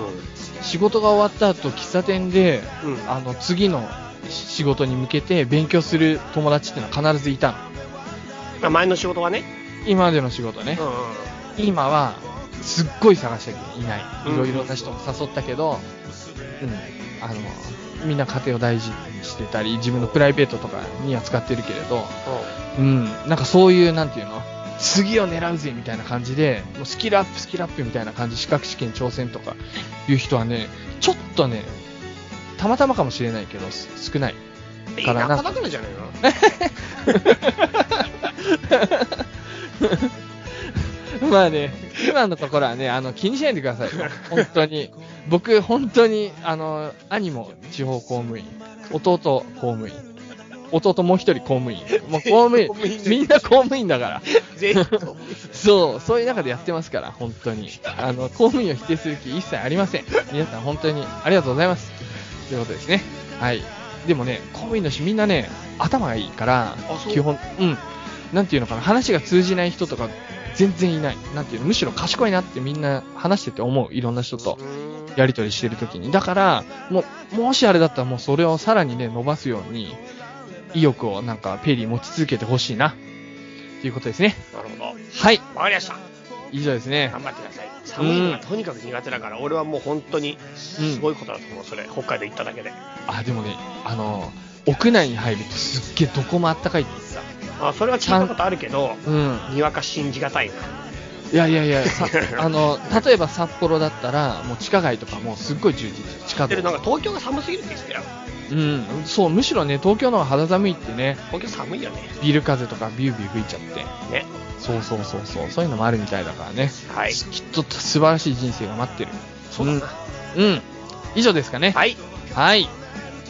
Speaker 1: 仕事が終わった後、喫茶店で、
Speaker 2: うん。うん。
Speaker 1: あの、次の仕事に向けて勉強する友達っていうのは必ずいたの。
Speaker 2: まあ前の仕事はね。
Speaker 1: 今までの仕事ね。
Speaker 2: うん。
Speaker 1: 今はすっごい探したけどいないいろいろな人も誘ったけど、うんあのみんな家庭を大事にしてたり自分のプライベートとかには使ってるけれど、うん、なんかそういうなんていうの次を狙うぜみたいな感じでもうスキルアップスキルアップみたいな感じ資格試験挑戦とかいう人はねちょっとねたまたまかもしれないけどす少ない
Speaker 2: うん。田
Speaker 1: から
Speaker 2: 舎
Speaker 1: な
Speaker 2: だからじゃないの
Speaker 1: まあね、今のところはね、あの、気にしないでください。本当に。僕、本当に、あの、兄も地方公務員、弟公務員、弟もう一人公務員。もう公務員
Speaker 2: 公務員、
Speaker 1: みんな公務員だから。
Speaker 2: 全員。
Speaker 1: そう、そういう中でやってますから、本当に。あの、公務員を否定する気一切ありません。皆さん本当にありがとうございます。ということですね。はい。でもね、公務員の人みんなね、頭がいいから
Speaker 2: あ、そう
Speaker 1: 基本、うん。なんていうのかな、話が通じない人とか全然いない。なんていうの、むしろ賢いなってみんな話してて思う。いろんな人とやりとりしてるときに。だから、もう、もしあれだったらもうそれをさらにね、伸ばすように、意欲をなんか、ペリー持ち続けてほしいな。ということですね。
Speaker 2: なるほど。
Speaker 1: はい。
Speaker 2: わかりました。
Speaker 1: 以上ですね。
Speaker 2: 頑張ってください。寒いのがとにかく苦手だから、俺はもう本当にすごいことだと思う、それ。北海道行っただけで。
Speaker 1: あ、でもね、あの、屋内に入るとすっげえどこもあったかいって言って
Speaker 2: あ、それは聞いたことあるけど、
Speaker 1: た。うん。
Speaker 2: にわか信じがたいな。
Speaker 1: いやいやい や、さあの、例えば札幌だったら、もう地下街とかもうすっごい充実して、地下
Speaker 2: で
Speaker 1: 道
Speaker 2: なんか東京が寒すぎるって言ってたよ。
Speaker 1: うん。そう、むしろね、東京の方が肌寒いってね、
Speaker 2: 東京寒いよね。
Speaker 1: ビル風とかビュービュー吹いちゃって。
Speaker 2: ね。
Speaker 1: そうそうそうそう、そういうのもあるみたいだからね。
Speaker 2: はい。
Speaker 1: きっと素晴らしい人生が待ってる。
Speaker 2: そうだな。
Speaker 1: うん。うん。以上ですかね。
Speaker 2: はい。
Speaker 1: はい。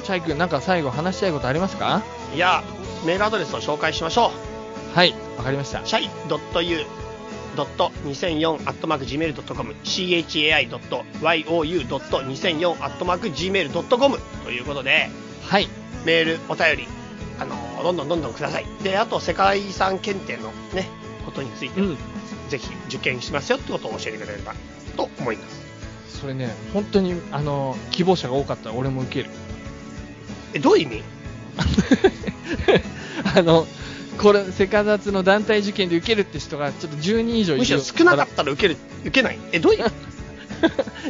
Speaker 1: チャイ君、なんか最後話したいことありますか
Speaker 2: いや、メールアドレスを紹介しましょう。
Speaker 1: はい、わかりました。
Speaker 2: chai.u.2004.gmail.com chai.you.2004.gmail.com ということで
Speaker 1: はい。
Speaker 2: メールお便りあのどんどんどんどんくださいであと世界遺産検定のねことについて
Speaker 1: うん。
Speaker 2: ぜひ受験しますよってことを教えてくれればと思います。
Speaker 1: それね、本当に、あの、希望者が多かったら俺も受ける。
Speaker 2: え、どういう意味
Speaker 1: あの、これ、セカザツの団体受験で受けるって人が、ちょっと10人以上いる
Speaker 2: むしろ少なかったら受ける、受けない。え、どういう意味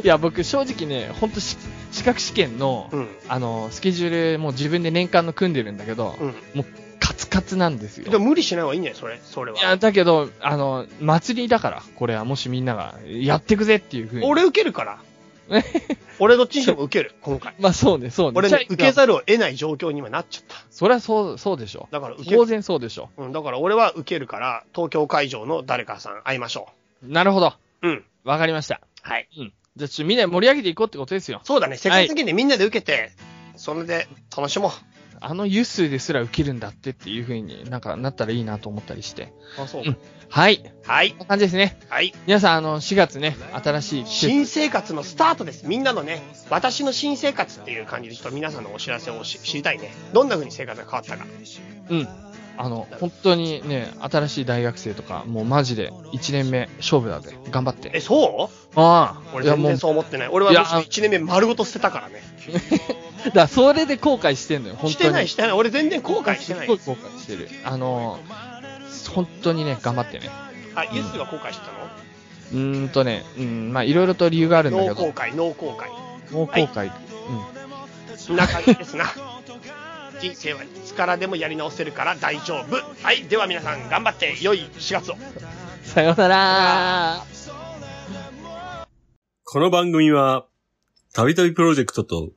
Speaker 1: いや、僕、正直ね、本当し、資格試験の、
Speaker 2: うん。
Speaker 1: あの、スケジュール、もう自分で年間の組んでるんだけど、
Speaker 2: うん。
Speaker 1: カツカツなんですよ。
Speaker 2: でも無理しない方がいいんじゃないそれ、それ
Speaker 1: いや、
Speaker 2: は。
Speaker 1: だけど、あの、祭りだから、これは、もしみんなが、やってくぜっていうふうに。
Speaker 2: 俺受けるから。俺どっちにしても受ける、今回。
Speaker 1: まあそうね、そうね。
Speaker 2: 俺
Speaker 1: じゃあ
Speaker 2: ね、受けざるを得ない状況に今なっちゃった。
Speaker 1: そりゃそう、そうでしょ。
Speaker 2: だから受ける
Speaker 1: 当然そうでしょ。
Speaker 2: うん、だから俺は受けるから、東京会場の誰かさん会いましょ
Speaker 1: なるほど。
Speaker 2: う。うん。
Speaker 1: わかりました。
Speaker 2: はい。
Speaker 1: うん。じゃあ、ちょっとみんなで盛り上げていこうってことですよ。
Speaker 2: そうだね、世界的にみんなで受けて、それで楽しもう。
Speaker 1: あのユースですら受けるんだってっていうふうになんかなったらいいなと思ったりして。
Speaker 2: あ、そう
Speaker 1: はい。こ
Speaker 2: はい
Speaker 1: ん、な感じですね。
Speaker 2: はい。
Speaker 1: 皆さん、あの、4月ね、新しい季節。
Speaker 2: 新生活のスタートです。みんなのね、私の新生活っていう感じで、ちょっと皆さんのお知らせをし知りたいね。どんな風に生活が変わったか。
Speaker 1: うん。あの、本当にね、新しい大学生とか、もうマジで1年目勝負だぜ。頑張っ
Speaker 2: え、
Speaker 1: て。
Speaker 2: そう
Speaker 1: ああ。
Speaker 2: 俺
Speaker 1: いや
Speaker 2: 全
Speaker 1: もう
Speaker 2: 然そう思ってない。俺はい
Speaker 1: や
Speaker 2: むしろ1年目丸ごと捨てたからね。
Speaker 1: だからそれで後悔してんのよ、本当に。
Speaker 2: してない、してない。俺全然後悔してな
Speaker 1: すっ
Speaker 2: い。
Speaker 1: ごい後悔してる。あの、本当にね、頑張ってね。
Speaker 2: あ、イエスが後悔してたの
Speaker 1: うーんとね、うん、まあいろいろと理由があるんだけ
Speaker 2: 脳
Speaker 1: ど、
Speaker 2: 後悔、脳後悔。
Speaker 1: もう後悔、
Speaker 2: そんな感じですな。 人生はいつからでもやり直せるから大丈夫。はい。では皆さん頑張って、良い4月を。
Speaker 1: うん。さようなら
Speaker 5: この番組は、たびたびプロジェクトと、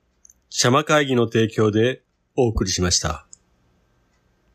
Speaker 5: シャマ会議の提供でお送りしました。